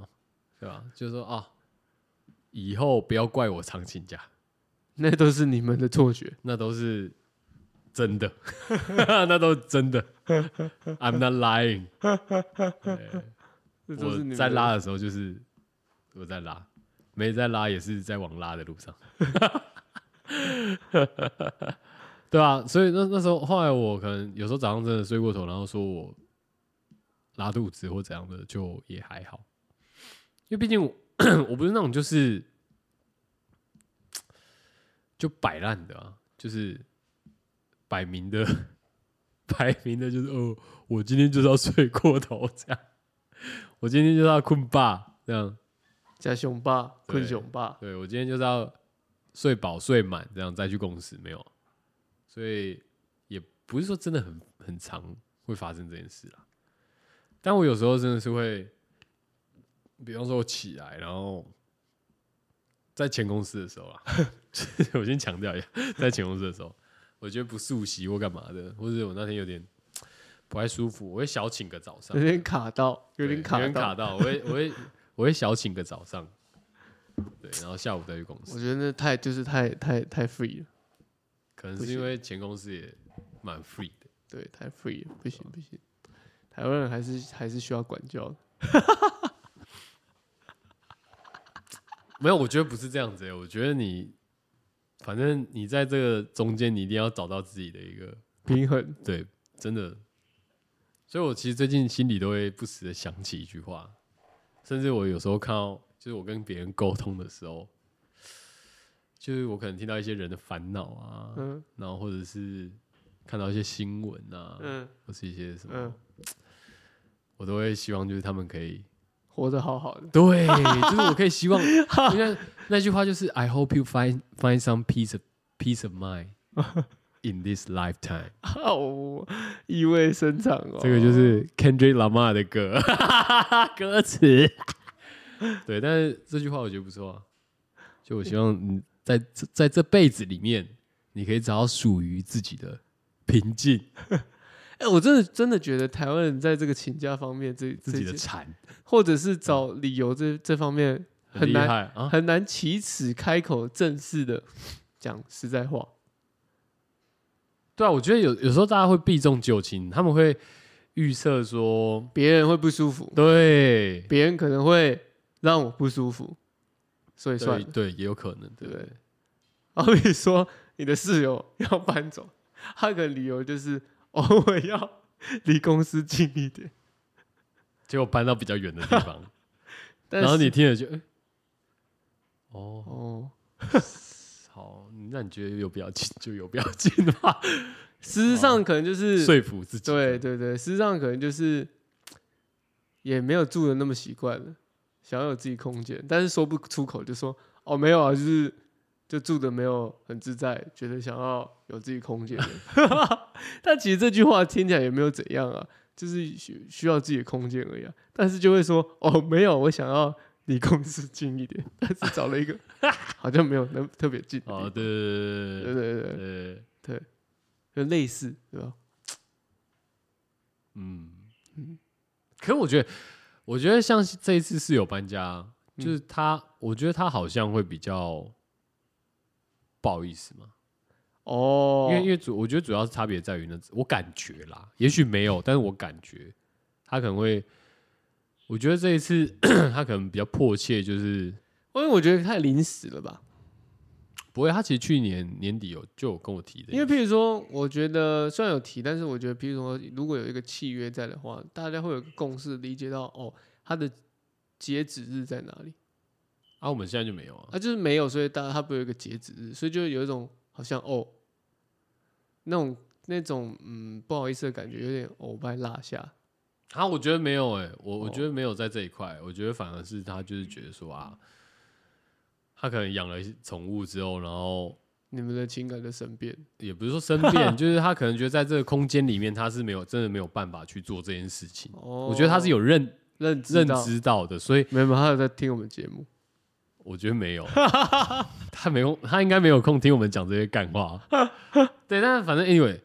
A: 对吧？就是说啊，以后不要怪我常请假，
B: 那都是你们的错觉。
A: 那都是真的， 那都是真的 ，I'm not lying 对。
B: 这都是你
A: 我
B: 们
A: 在
B: 的
A: 拉的时候就是我在拉，没在拉也是在往拉的路上， 对啊，所以那那时候后来我可能有时候早上真的睡过头，然后说我拉肚子或怎样的，就也还好，因为毕竟我我不是那种就是就摆烂的啊，就是摆明的 摆明的就是哦，我今天就是要睡过头这样。我今天就是要困霸，这样，
B: 加熊爸、
A: 对
B: 困熊爸，
A: 对我今天就是要睡饱睡满，这样再去公司没有，所以也不是说真的很很常会发生这件事啦。但我有时候真的是会，比方说我起来，然后在前公司的时候啊， 就是我先强调一下，在前公司的时候，我觉得不溯洗或干嘛的，或者我那天有点不太舒服，我会小请个早上
B: 有。点卡到，有
A: 对
B: 点卡
A: 有点卡
B: 到。
A: 到，我会我会我会小请个早上，对，然后下午再去公
B: 我
A: 司，
B: 觉得那太就是太太太 free 了，
A: 可能是因为前公司也蛮 free 的，
B: 对，太 free 了，不行不行，台湾人还是还是需要管教的。
A: 没有，我觉得不是这样子欸，我觉得你反正你在这个中间，你一定要找到自己的一个
B: 平衡，
A: 对，真的，所以我其实最近心里都会不时的想起一句话，甚至我有时候看到，就是我跟别人沟通的时候，就是我可能听到一些人的烦恼啊，
B: 嗯
A: 然后或者是看到一些新闻啊，
B: 嗯，
A: 或是一些什么，
B: 嗯
A: 我都会希望就是他们可以，
B: 活得好好的，
A: 对， 就是我可以希望，因为那句话就是 I hope you find find some peace of peace of mind in this lifetime，、
B: 哦，意味深长哦。
A: 这个就是 Kendrick Lamar 的歌 歌词，对，但是这句话我觉得不错啊，就我希望你在这在这辈子里面，你可以找到属于自己的平静，
B: 哎、我真的真的觉得台湾人在这个请假方面，这
A: 自己
B: 这
A: 的
B: 件
A: 禅，
B: 或者是找理由这这方面
A: 很
B: 很
A: 厉
B: 难
A: 害啊，
B: 很难启齿开口正式的讲实在话。
A: 对啊，我觉得有有时候大家会避重就轻，他们会预测说，
B: 别人会不舒服，
A: 对
B: 别人可能会让我不舒服，所以算
A: 对
B: 了，
A: 对，也有可能，对
B: 对不对？好比说你的室友要搬走， 他的理由就是 哦，我要离公司近一点。
A: 结果搬到比较远的地 方，
B: 但
A: 然后
B: 是
A: 你听了就，哎哦，
B: 哦，
A: 好，那你觉得有必要进就有必要进吧，
B: 事实
A: 哦
B: 上可能就是
A: 说服自己，
B: 对，对对，事实上可能就是也没有住的那么习惯了，想要有自己空间，但是说不出口，就说哦没有啊，就是就住的没有很自在，觉得想要有自己空间。 但其实这句话听起来也没有怎样啊，就是需需要自己的空间而已啊。但是就会说哦没有，我想要离公司近一点，但是找 了一个好像没有那么特别近的地
A: 哦，
B: 方。
A: 对对
B: 对
A: 对
B: 对
A: 对
B: 对，
A: 对，
B: 就类似对吧？
A: 嗯，可是我觉得，我觉得像这一次室友搬家，就是
B: 嗯
A: 他，我觉得他好像会比较不好意思嘛，
B: 哦，
A: 因为因为主我觉得主要是差别在于呢，我感觉啦，也许没有，但是我感觉他可能会，我觉得这一次 他可能比较迫切，就是
B: 因为我觉得太临时了吧。
A: 不会，他其实去年年底有就有跟我提的，
B: 因为譬如说，我觉得虽然有提，但是我觉得，譬如说，如果有一个契约在的话，大家会有个共识，理解到哦，它的截止日在哪里
A: 啊，我们现在就没有啊，
B: 啊，就是没有，所以大家它不会有一个截止日，所以就有一种好像哦，那种那种嗯不好意思的感觉，有点哦我把你落下，
A: 啊，我觉得没有哎、我我
B: 哦
A: 觉得没有在这一块，我觉得反而是他就是觉得说啊，他可能养了一些宠物之后，然后
B: 你们的情感的生变，
A: 也不是说 生变，就是他可能觉得在这个空间里面他是没有真的没有办法去做这件事情，
B: 哦，
A: 我觉得他是有认
B: 认知
A: 认
B: 到，
A: 知到的，所以
B: 没有，没有他有在听我们节目，
A: 我觉得没有， 他没有，他应该没有空听我们讲这些干话。 对，但是反正 anyway，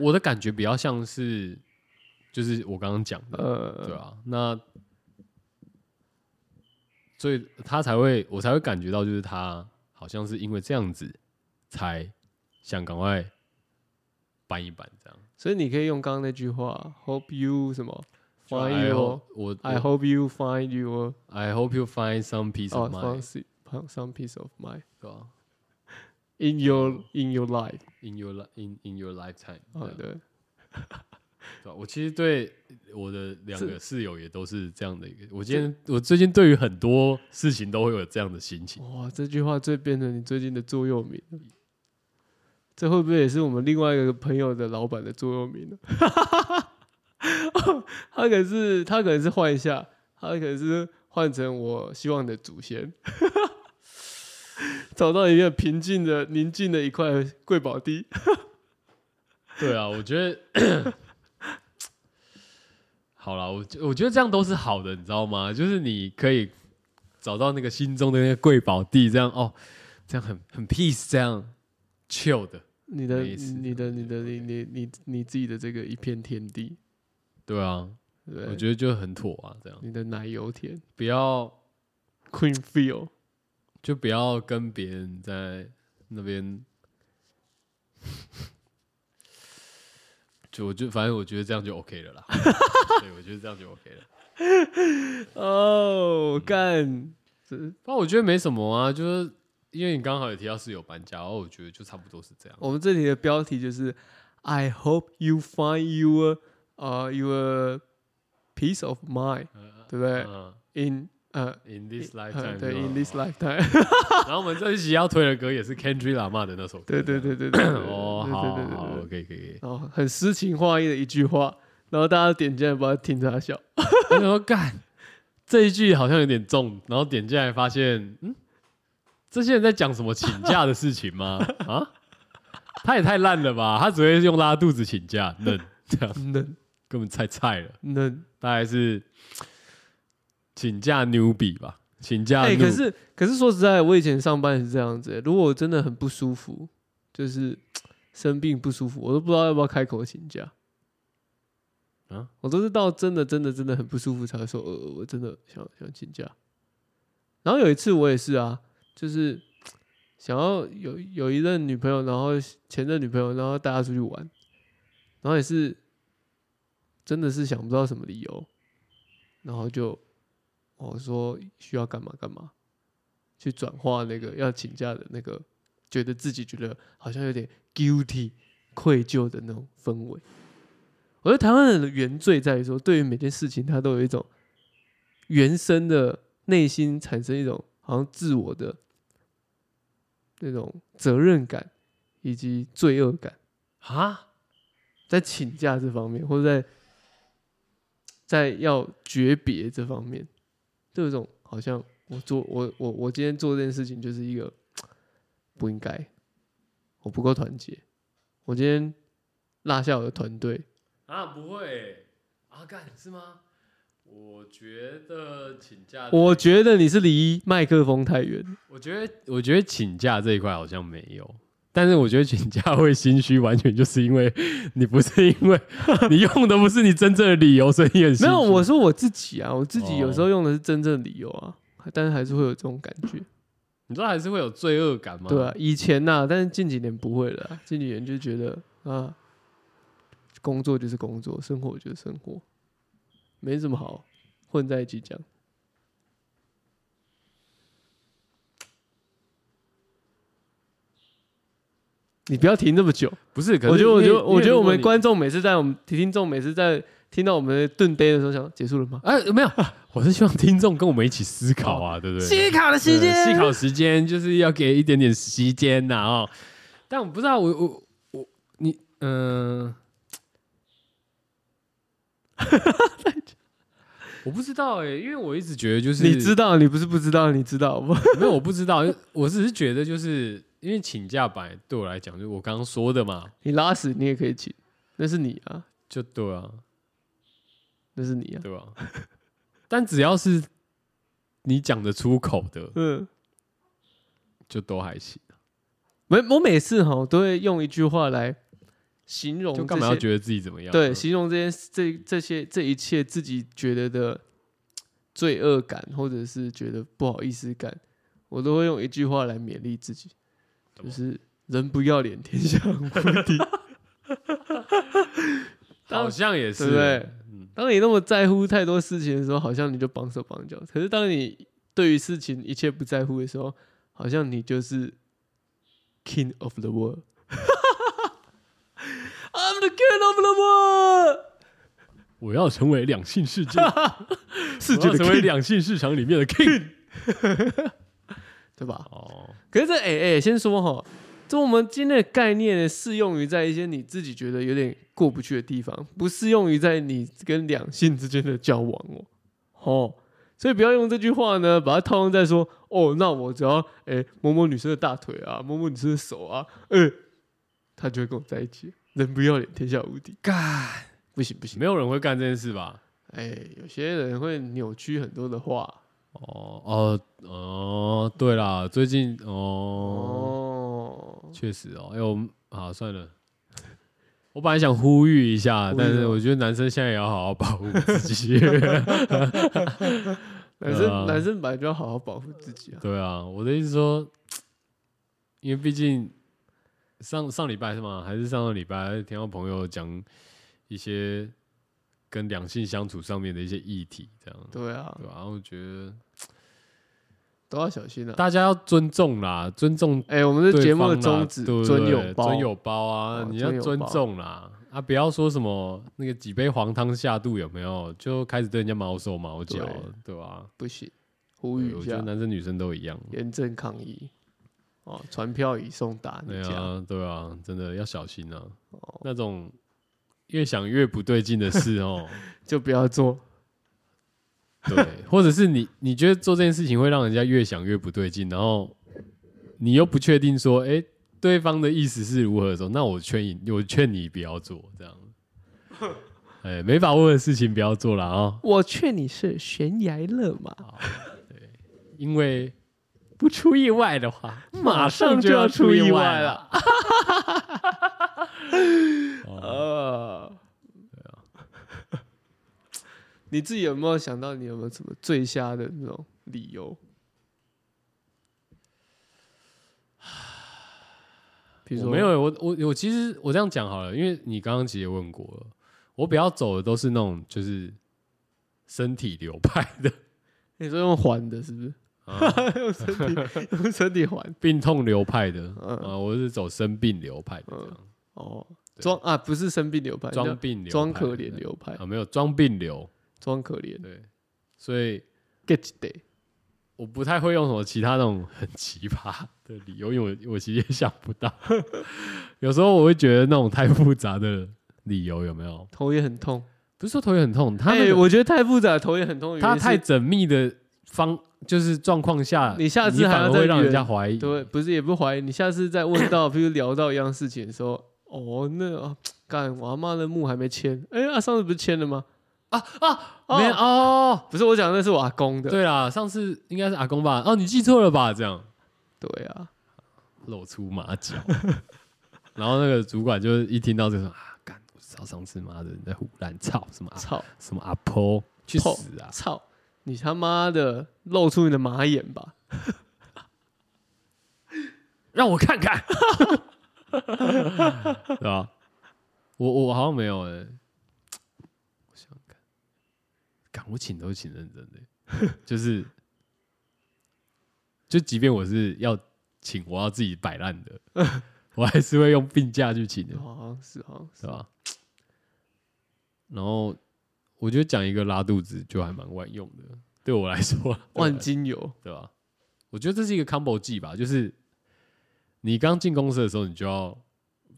A: 我的感觉比较像是，就是我刚刚讲的，
B: 呃，
A: 对啊，那所以他才会，我才会感觉到，就是他好像是因为这样子才想赶快搬一搬这样。
B: 所以你可以用刚刚那句话，hope you 什么
A: 就
B: find
A: I
B: your
A: hope 我
B: 哦 I hope you find your
A: I hope you find some peace of
B: Oh,
A: mind，
B: some, some- some peace of mind
A: 对吧
B: in your in your life。
A: ？In your li- in in your lifetime，
B: 哦，
A: 对
B: 对，
A: 对啊我其实对我的两
B: 这
A: 个室友也都是这样的一个。我今天我最近对于很多事情都会有这样的心情。
B: 哇，这句话最变成你最近的座右铭了。这会不会也是我们另外一个朋友的老板的座右铭呢？ 哦他可是他可能是换一下，他可是换成我希望你的祖先， 找到一个平静的、宁静的一块贵宝地。
A: 对啊，我觉得 好啦，我觉我觉得这样都是好的，你知道吗？就是你可以找到那个心中的那个贵宝地，这样哦，这样很很 peace，这样 chill 的，
B: 你的、
A: 没事
B: 你的、你的、你、你、你、你自己的这个一片天地，
A: 对啊，
B: 对不对
A: 我觉得就很妥啊，这样
B: 你的奶油甜
A: 不要
B: Queen Feel，
A: 就不要跟别人在那边，就我就反正我觉得这样就 OK 了啦， 对，我觉得这样就 OK 了。
B: 哦，干，这
A: 但我觉得没什么啊，就是因为你刚好也提到室友搬家，然后我觉得就差不多是这样。
B: 我们这里的标题就是 I hope you find your 呃、your peace of mind，对不对
A: 嗯
B: ？In 呃、
A: ，In this lifetime，
B: 呃 对
A: 是吧
B: ，In this lifetime，
A: 哦然后我们这一期要推的歌也是 Kendrick Lamar 的那首歌。
B: 对对对对对，
A: 哦，
B: 对
A: 好
B: 对对
A: 好
B: 对
A: 好
B: 对，
A: 可以可以可以。
B: 然后很诗情画意的一句话，然后大家点进来不要听他笑，
A: 我想说干这一句好像有点重，然后点进来发现，嗯，这些人在讲什么请假的事情 吗？啊，他也太烂了吧！他只会用拉肚子请假，嫩，这样
B: 能
A: 根本太菜了。
B: 能，
A: 大概是请假 newbie 吧，请假 noob。
B: 哎，可是可是说实在，我以前上班也是这样子，欸如果我真的很不舒服，就是生病不舒服，我都不知道要不要开口请假。
A: 啊，
B: 我都是到真的真的真的很不舒服才会说，呃，呃我真的想想请假。然后有一次我也是啊，就是想要有有一任女朋友，然后前任女朋友，然后带她出去玩，然后也是真的是想不到什么理哦由，然后就我说需要干嘛干嘛，去转化那个要请假的那个，觉得自己觉得好像有点 guilty 愧疚的那种氛围。我觉得台湾人的原罪在于说，对于每件事情，他都有一种原生的内心产生一种好像自我的那种责任感以及罪恶感。
A: 啊，
B: 在请假这方面，或者在在要诀别这方面，都有一种好像我做我我我今天做这件事情就是一个不应该，我不够团结，我今天落下我的团队，
A: 啊，不会啊，干是吗？我觉得请假，
B: 我觉得你是离麦克风太远。
A: 我觉得我觉得请假这一块好像没有，但是我觉得请假会心虚，完全就是因为你不是因为 你用的不是你真正的理由，所以你很心
B: 没有，
A: 虚
B: 我说我自己啊，我自己有时
A: 哦
B: 候用的是真正的理由啊，但是还是会有这种感觉。
A: 你知道还是会有罪恶感吗？
B: 对啊，以前呐、但是近几年不会了啊、近几年就觉得啊，工作就是工作，生活就是生活，没什么好混在一起讲。你不要停这么久，
A: 不是，可是
B: 我觉得，我觉
A: 因为
B: 得，我
A: 因为
B: 觉得
A: 如
B: 我
A: 果
B: 们
A: 你
B: 观众每次在我们听众每次在听到我们的顿杯的时候想，结束了吗？
A: 哎、没有，我是希望听众跟我们一起思考啊，对不对？
B: 思考的时间
A: 对思考时间就是要给一点点时间呐、哦。但我不知道，我我我你嗯。 我不知道哎、因为我一直觉得就是
B: 你知道，你不是不知道，你知道不？
A: 没有，我不知道，我只是觉得就是因为请假本来对我来讲，就是我刚刚说的嘛，
B: 你拉屎你也可以请，那是你啊，
A: 就对啊，
B: 那是你啊，
A: 对吧、但只要是你讲得出口的，
B: 嗯。
A: 就都还行。
B: 每我每次哈都会用一句话来形容
A: 就
B: 这
A: 干嘛要
B: 些，
A: 觉得自己怎么样？
B: 对，
A: 嗯
B: 形容这些这这些这一切自己觉得的罪恶感，或者是觉得不好意思感，我都会用一句话来勉励自己，
A: 怎
B: 就
A: 么
B: 是人不要脸，天下无敌。
A: 好像也是，
B: 对不对
A: 嗯，
B: 当你那么在乎太多事情的时候，好像你就绑手绑脚；可是当你对于事情一切不在乎的时候，好像你就是 king of the world。I'm the king of the world，
A: 我要成为两性世界， 我
B: 世界
A: 要
B: 的
A: 成为
B: king，
A: 两性市场里面的 king。
B: 对吧？
A: 哦，
B: 可是这哎哎、先说哈，这我们今天的概念呢，适用于在一些你自己觉得有点过不去的地方，不适用于在你跟两性之间的交往哦。哦，所以不要用这句话呢，把它套用在说哦，那我只要哎、摸摸女生的大腿啊，摸摸女生的手啊，呃，她就会跟我在一起。人不要脸，天下无敌。
A: 干，
B: 不行不行，
A: 没有人会干这件事吧？
B: 哎、有些人会扭曲很多的话
A: 哦哦哦，对啦，最近哦，
B: 哦。
A: 确实哦，哎我们啊算了。我本来想呼吁一下，
B: 呼吁
A: 但
B: 什
A: 是
B: 么
A: 我觉得男生现在也要好好保护自 己。
B: 男生、
A: 呃
B: 男生本来就要好好保护自 己啊。
A: 对啊，我的意思说，因为毕竟上上礼拜是吗？还是上个礼拜听到朋友讲一些跟两性相处上面的一些议题，这样
B: 对啊
A: 对，吧、然后我觉得
B: 都要小心啊。
A: 大家要尊重啦，尊重
B: 哎、我们这
A: 对
B: 节目的
A: 方啦啊
B: 宗旨
A: 对不
B: 尊
A: 对
B: 有包，
A: 尊有包啊，
B: 哦
A: 你要
B: 尊有
A: 尊
B: 包
A: 重啦。啊，不要说什么那个几杯黄汤下肚有没有，就开始对人家毛手毛脚
B: 对，
A: 对吧、
B: 不行，呼
A: 对
B: 吁
A: 我
B: 一
A: 觉得
B: 下，
A: 男生女生都一样。
B: 严正抗议。哦，传票已送达
A: 对
B: 你家，
A: 啊，对啊，真的要小心啊！
B: 哦
A: 那种越想越不对劲的事哦，
B: 就不要做。
A: 对， 或者是你你觉得做这件事情会让人家越想越不对劲，然后你又不确定说，哎、对方的意思是如何的时候，那我劝你，我劝你不要做这 样。哎、没把握的事情不要做了啊、哦，
B: 我劝你是悬崖勒马，
A: 因为不出意外的话，马上就
B: 就
A: 要出
B: 出
A: 意
B: 外
A: 外了。。啊
B: 呃， 你自己有没有想到你有没有什么最瞎的那种理 由？比如
A: 我
B: 说
A: 没有欸，我我我其实我这样讲好了，因为你刚刚其实也问过了，我比较走的都是那种就是身体流派的，
B: 你说用还的，是不是？
A: 啊
B: 用身 体用身体还
A: 病痛流派的
B: 嗯
A: 啊，我是走生病流派的这样，
B: 哦，
A: 对
B: 装啊不是生病流派，
A: 装
B: 叫
A: 病流派
B: 装可怜流派，
A: 啊，没有装病流，
B: 装可怜
A: 对，所以
B: get day
A: 我不太会用什么其他那种很奇葩的理由，因为我我其实也想不到， 有时候我会觉得那种太复杂的理由有没有？
B: 头也很痛。
A: 不是说头也很痛，他
B: 哎、
A: 那个
B: 我觉得太复杂，头也很痛的原因
A: 他
B: 是。
A: 太缜密的方就是状况下，
B: 你下次还
A: 反
B: 要
A: 而
B: 再
A: 会让人
B: 圆
A: 家怀疑，
B: 对，不是也不怀疑。你下次再问 到，比如聊到一样事情的时候，哦，那啊，干我阿妈的墓还没签，哎、啊，上次不是签了吗？啊啊，
A: 没有
B: 哦
A: 哦。
B: 不是我讲，那是我阿公的。
A: 对啦，上次应该是阿公吧？哦，你记错了吧？这样
B: 对啊，
A: 露出马 脚，然后那个主管就是一听到这个说啊，干，我知道上次妈的你在胡乱操什么啊
B: 操
A: 什么阿婆去
B: 操
A: 死啊！
B: 操，你他妈的露出你的马眼吧！
A: 让我看看，对吧？我我好像没有哎、我想想看，敢我请都请认真的、欸就是就即便我是要请，我要自己摆烂的，我还是会用病假去请的，
B: 好像是，好像是
A: 对吧？然后我觉得讲一个拉肚子就还蛮万用的，对我来说，啊对我来
B: 万金油。
A: 对吧？我觉得这是一个 combo 技吧，就是你刚进公司的时候，你就要，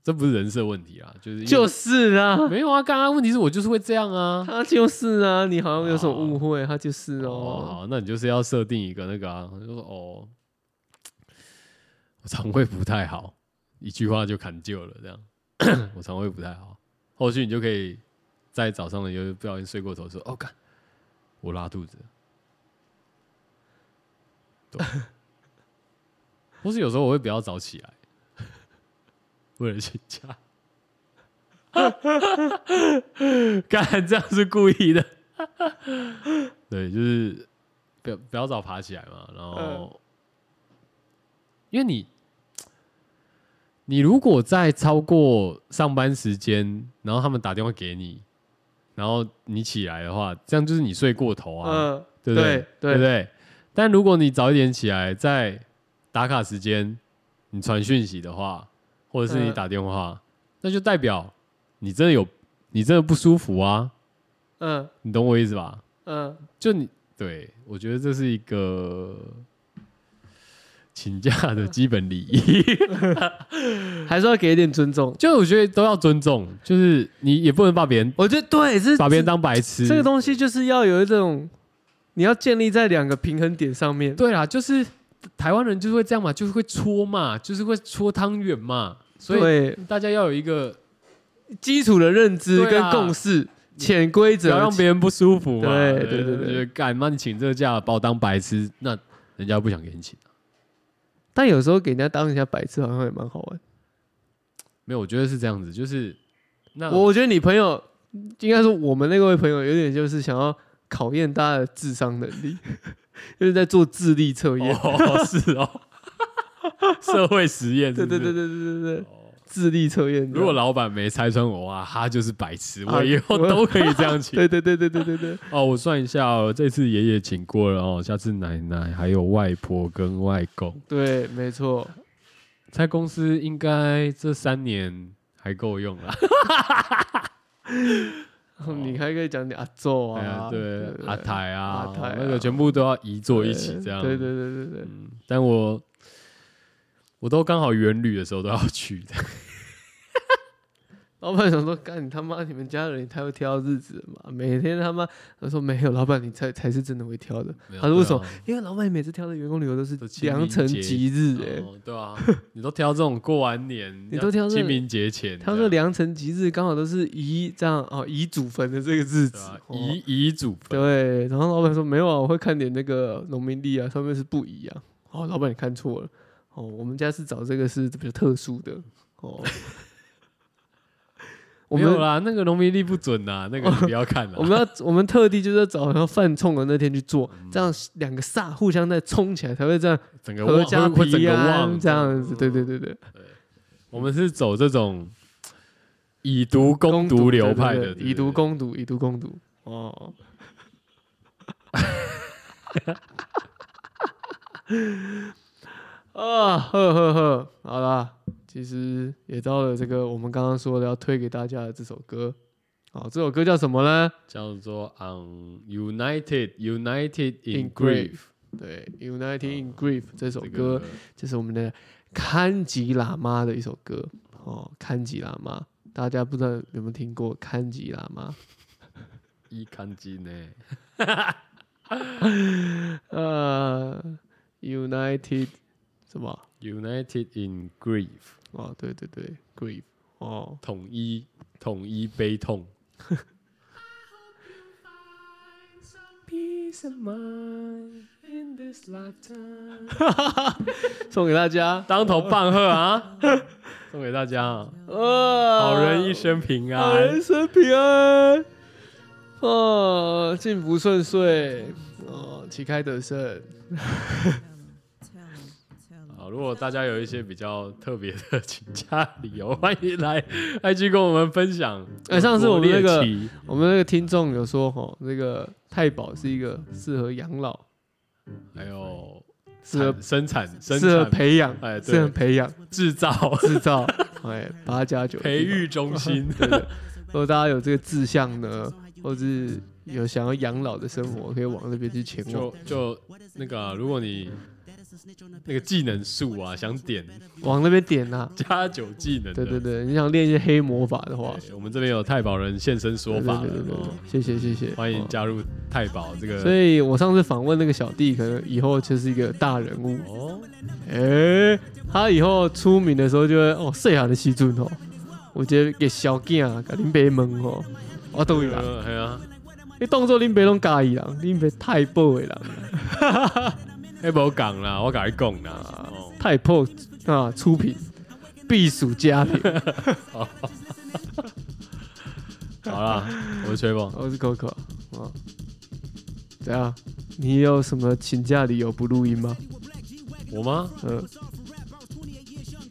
A: 这不是人设问题啦，就是因为
B: 就是啊，
A: 没有啊。刚刚问题是我就是会这样啊。
B: 他就是啊，你好像有什么误会，他就是
A: 哦，
B: 哦。
A: 好，那你就是要设定一个那个啊，就说哦，我肠胃不太好，一句话就砍救了这 样，我肠胃不太好，后续你就可以在早上的时候不小心睡过头说，哦，干，我拉肚子了， 对，啊 或是有时候我会比较早起来， 为了请假。 干，这样是故意的。 对，就是不要不要早爬起来嘛，然后、
B: 嗯
A: 因为你你如果在超过上班时间，然后他们打电话给你，然后你起来的话，这样就是你睡过头啊。
B: 嗯，
A: 对不对？
B: 对
A: 不对？但如果你早一点起来，在打卡时间，你传讯息的话，或者是你
B: 嗯
A: 打电话，那就代表你真的有，你真的不舒服啊，
B: 嗯
A: 你懂我意思吧？
B: 嗯，
A: 就你对我觉得这是一个请假的基本礼 仪，
B: 嗯还是要给一点尊重。
A: 就我觉得都要尊重，就是你也不能把别人
B: 我觉得对，是
A: 把别人当白痴，
B: 这个东西就是要有一种，你要建立在两个平衡点上面。
A: 对啦，就是台湾人就是会这样嘛，就是会搓嘛，就是会搓汤圆嘛，所以
B: 对
A: 大家要有一个
B: 基础的认知
A: 对
B: 跟
A: 啊
B: 共识、潜规
A: 不
B: 则，
A: 要让别人不舒服嘛。
B: 对对对对
A: 就是干妈你请这个假把我当白痴，那人家不想给你请。啊
B: 但有时候给人家当一下白痴，好像也蛮好玩。
A: 没有，我觉得是这样子，就是那哦
B: 我我觉得你朋友，应该说我们那位朋友，有点就是想要考验大家的智商能力， 就是在做智力测验。
A: 哦 是 哦，社会实验
B: 对
A: 是不
B: 对
A: 是
B: 对对对对对，
A: 哦
B: 智力测验这样。
A: 如果老板没拆穿我啊，他就是白痴，
B: 啊
A: 我以后
B: 我
A: 都可以这样 请。
B: 对对对对对对 对，
A: 哦，我算一下哦，这次爷爷请过了哦，下次奶奶还有外婆跟外公，
B: 对，没错。
A: 在公司应该这三年还够用啦。
B: 你还可以讲你阿宙
A: 哦哎呀
B: 啊，
A: 对，阿台啊，
B: 阿台啊
A: 那个全部都要移坐一起这样。
B: 对对对对对，
A: 嗯，但我我都刚好远旅的时候都要去的，
B: 老板想说：“干你他妈！你们家人也太会挑日子了嘛！每天他妈……”他说：“没有，老板你才才是真的会挑的。他啊说为什么
A: 啊
B: 因为老板每次挑的员工旅游都是
A: 都清明
B: 良辰
A: 节
B: 吉日、
A: 对
B: 欸，
A: 啊？哦对啊，你都挑这种过完年，
B: 你都挑这
A: 清明节前这样，
B: 他说良辰吉日刚好都是宜这样哦，宜祖坟的这个日子
A: 对啊，
B: 哦
A: 遗遗嘱分
B: 对。然后老板说：“没有啊，我会看点那个农民历啊，上面是不一样。”哦，老板你看错了，哦，我们家是找这个是比较特殊的哦。我
A: 没
B: 们
A: 有啦，那个农民历不准呐，那个你不要看了
B: 我。们要我们特地就是要找然后犯冲的那天去做，
A: 嗯
B: 这样两个煞互相在冲起来才会这样
A: 整个
B: 合
A: 忘
B: 家
A: 会会整
B: 平
A: 个
B: 安
A: 忘
B: 这样子。对
A: 嗯
B: 对对对，
A: 我们是走这种以毒攻毒流派的
B: 嗯对，对对以毒
A: 攻。
B: 攻毒，以毒攻毒。哦， 啊，呵呵呵，好啦，其实也到了这个我们刚刚说的要推给大家的这首歌。好，这首歌叫什么呢
A: 叫做 On United United in
B: Grief
A: Grief。哦
B: 对，《United in Grief》这首
A: 这
B: 歌
A: 个，
B: 这是我们的堪吉喇嘛的一首歌哦，堪吉喇嘛，大家不知道有没有听过堪吉喇嘛？
A: 一看机呢，
B: 呃，United 什么？
A: United in Grief，
B: 哦，对对对，Grief 哦，
A: 统一统一悲痛。Peace of mind in this lifetime，
B: 送给大家，
A: 当头棒喝啊！送给大家啊，
B: 呃，
A: 好人一生平
B: 好人
A: 安
B: 一。生平安，哦，幸福顺遂，哦，旗开得胜，
A: 好，如果大家有一些比较特别的请假理由，欢迎来 IG 跟我们分享。
B: 哎上次我们那个
A: 国猎奇
B: 我们那个听众有说，哦，那个太保是一个适合养老、
A: 还有
B: 适合
A: 产生产、生
B: 适合
A: 产、
B: 培养、
A: 哎对
B: 适合培养、
A: 制造、
B: 制造，哎，八加九
A: 培育中心。
B: 如果大家有这个志向呢，或是有想要养老的生活，可以往那边去前往
A: 就。就那个啊、如果你那个技能数啊，想点
B: 往那边点呐、
A: 加九技能的，
B: 对对对，你想练一些黑魔法的话，
A: 对我们这边有太保人现身说
B: 对
A: 法了
B: 对对对
A: 哦，
B: 对，谢谢谢谢，
A: 欢迎
B: 哦
A: 加入太保这个。
B: 所以我上次访问那个小弟，可能以后就是一个大人物。
A: 哦，
B: 哎、他以后出名的时候就会哦，细汉的时阵哦，有一个给小囝啊，甲恁爸问哦，我都有啦，
A: 呃嘿啊，
B: 你当做恁爸拢介意人，恁爸太薄的人，
A: 黑宝港啦，我跟你讲啦，哦，
B: 太破啊，出品避暑佳品。
A: 好啦，我是吹风，
B: 我哦是 Coco 啊。怎样？你有什么请假理由不录音吗？
A: 我吗？
B: 呃，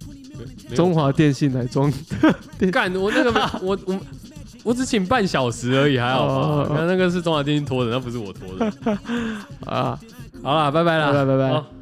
A: 没有
B: 中华电信来装，
A: 干我那个没我我我只请半小时而已，还好
B: 哦哦
A: 吧
B: 哦？
A: 那 那个是中华电信拖的，那不是我拖的。
B: 啊，
A: 好啦，拜拜啦，
B: 拜拜拜拜
A: 好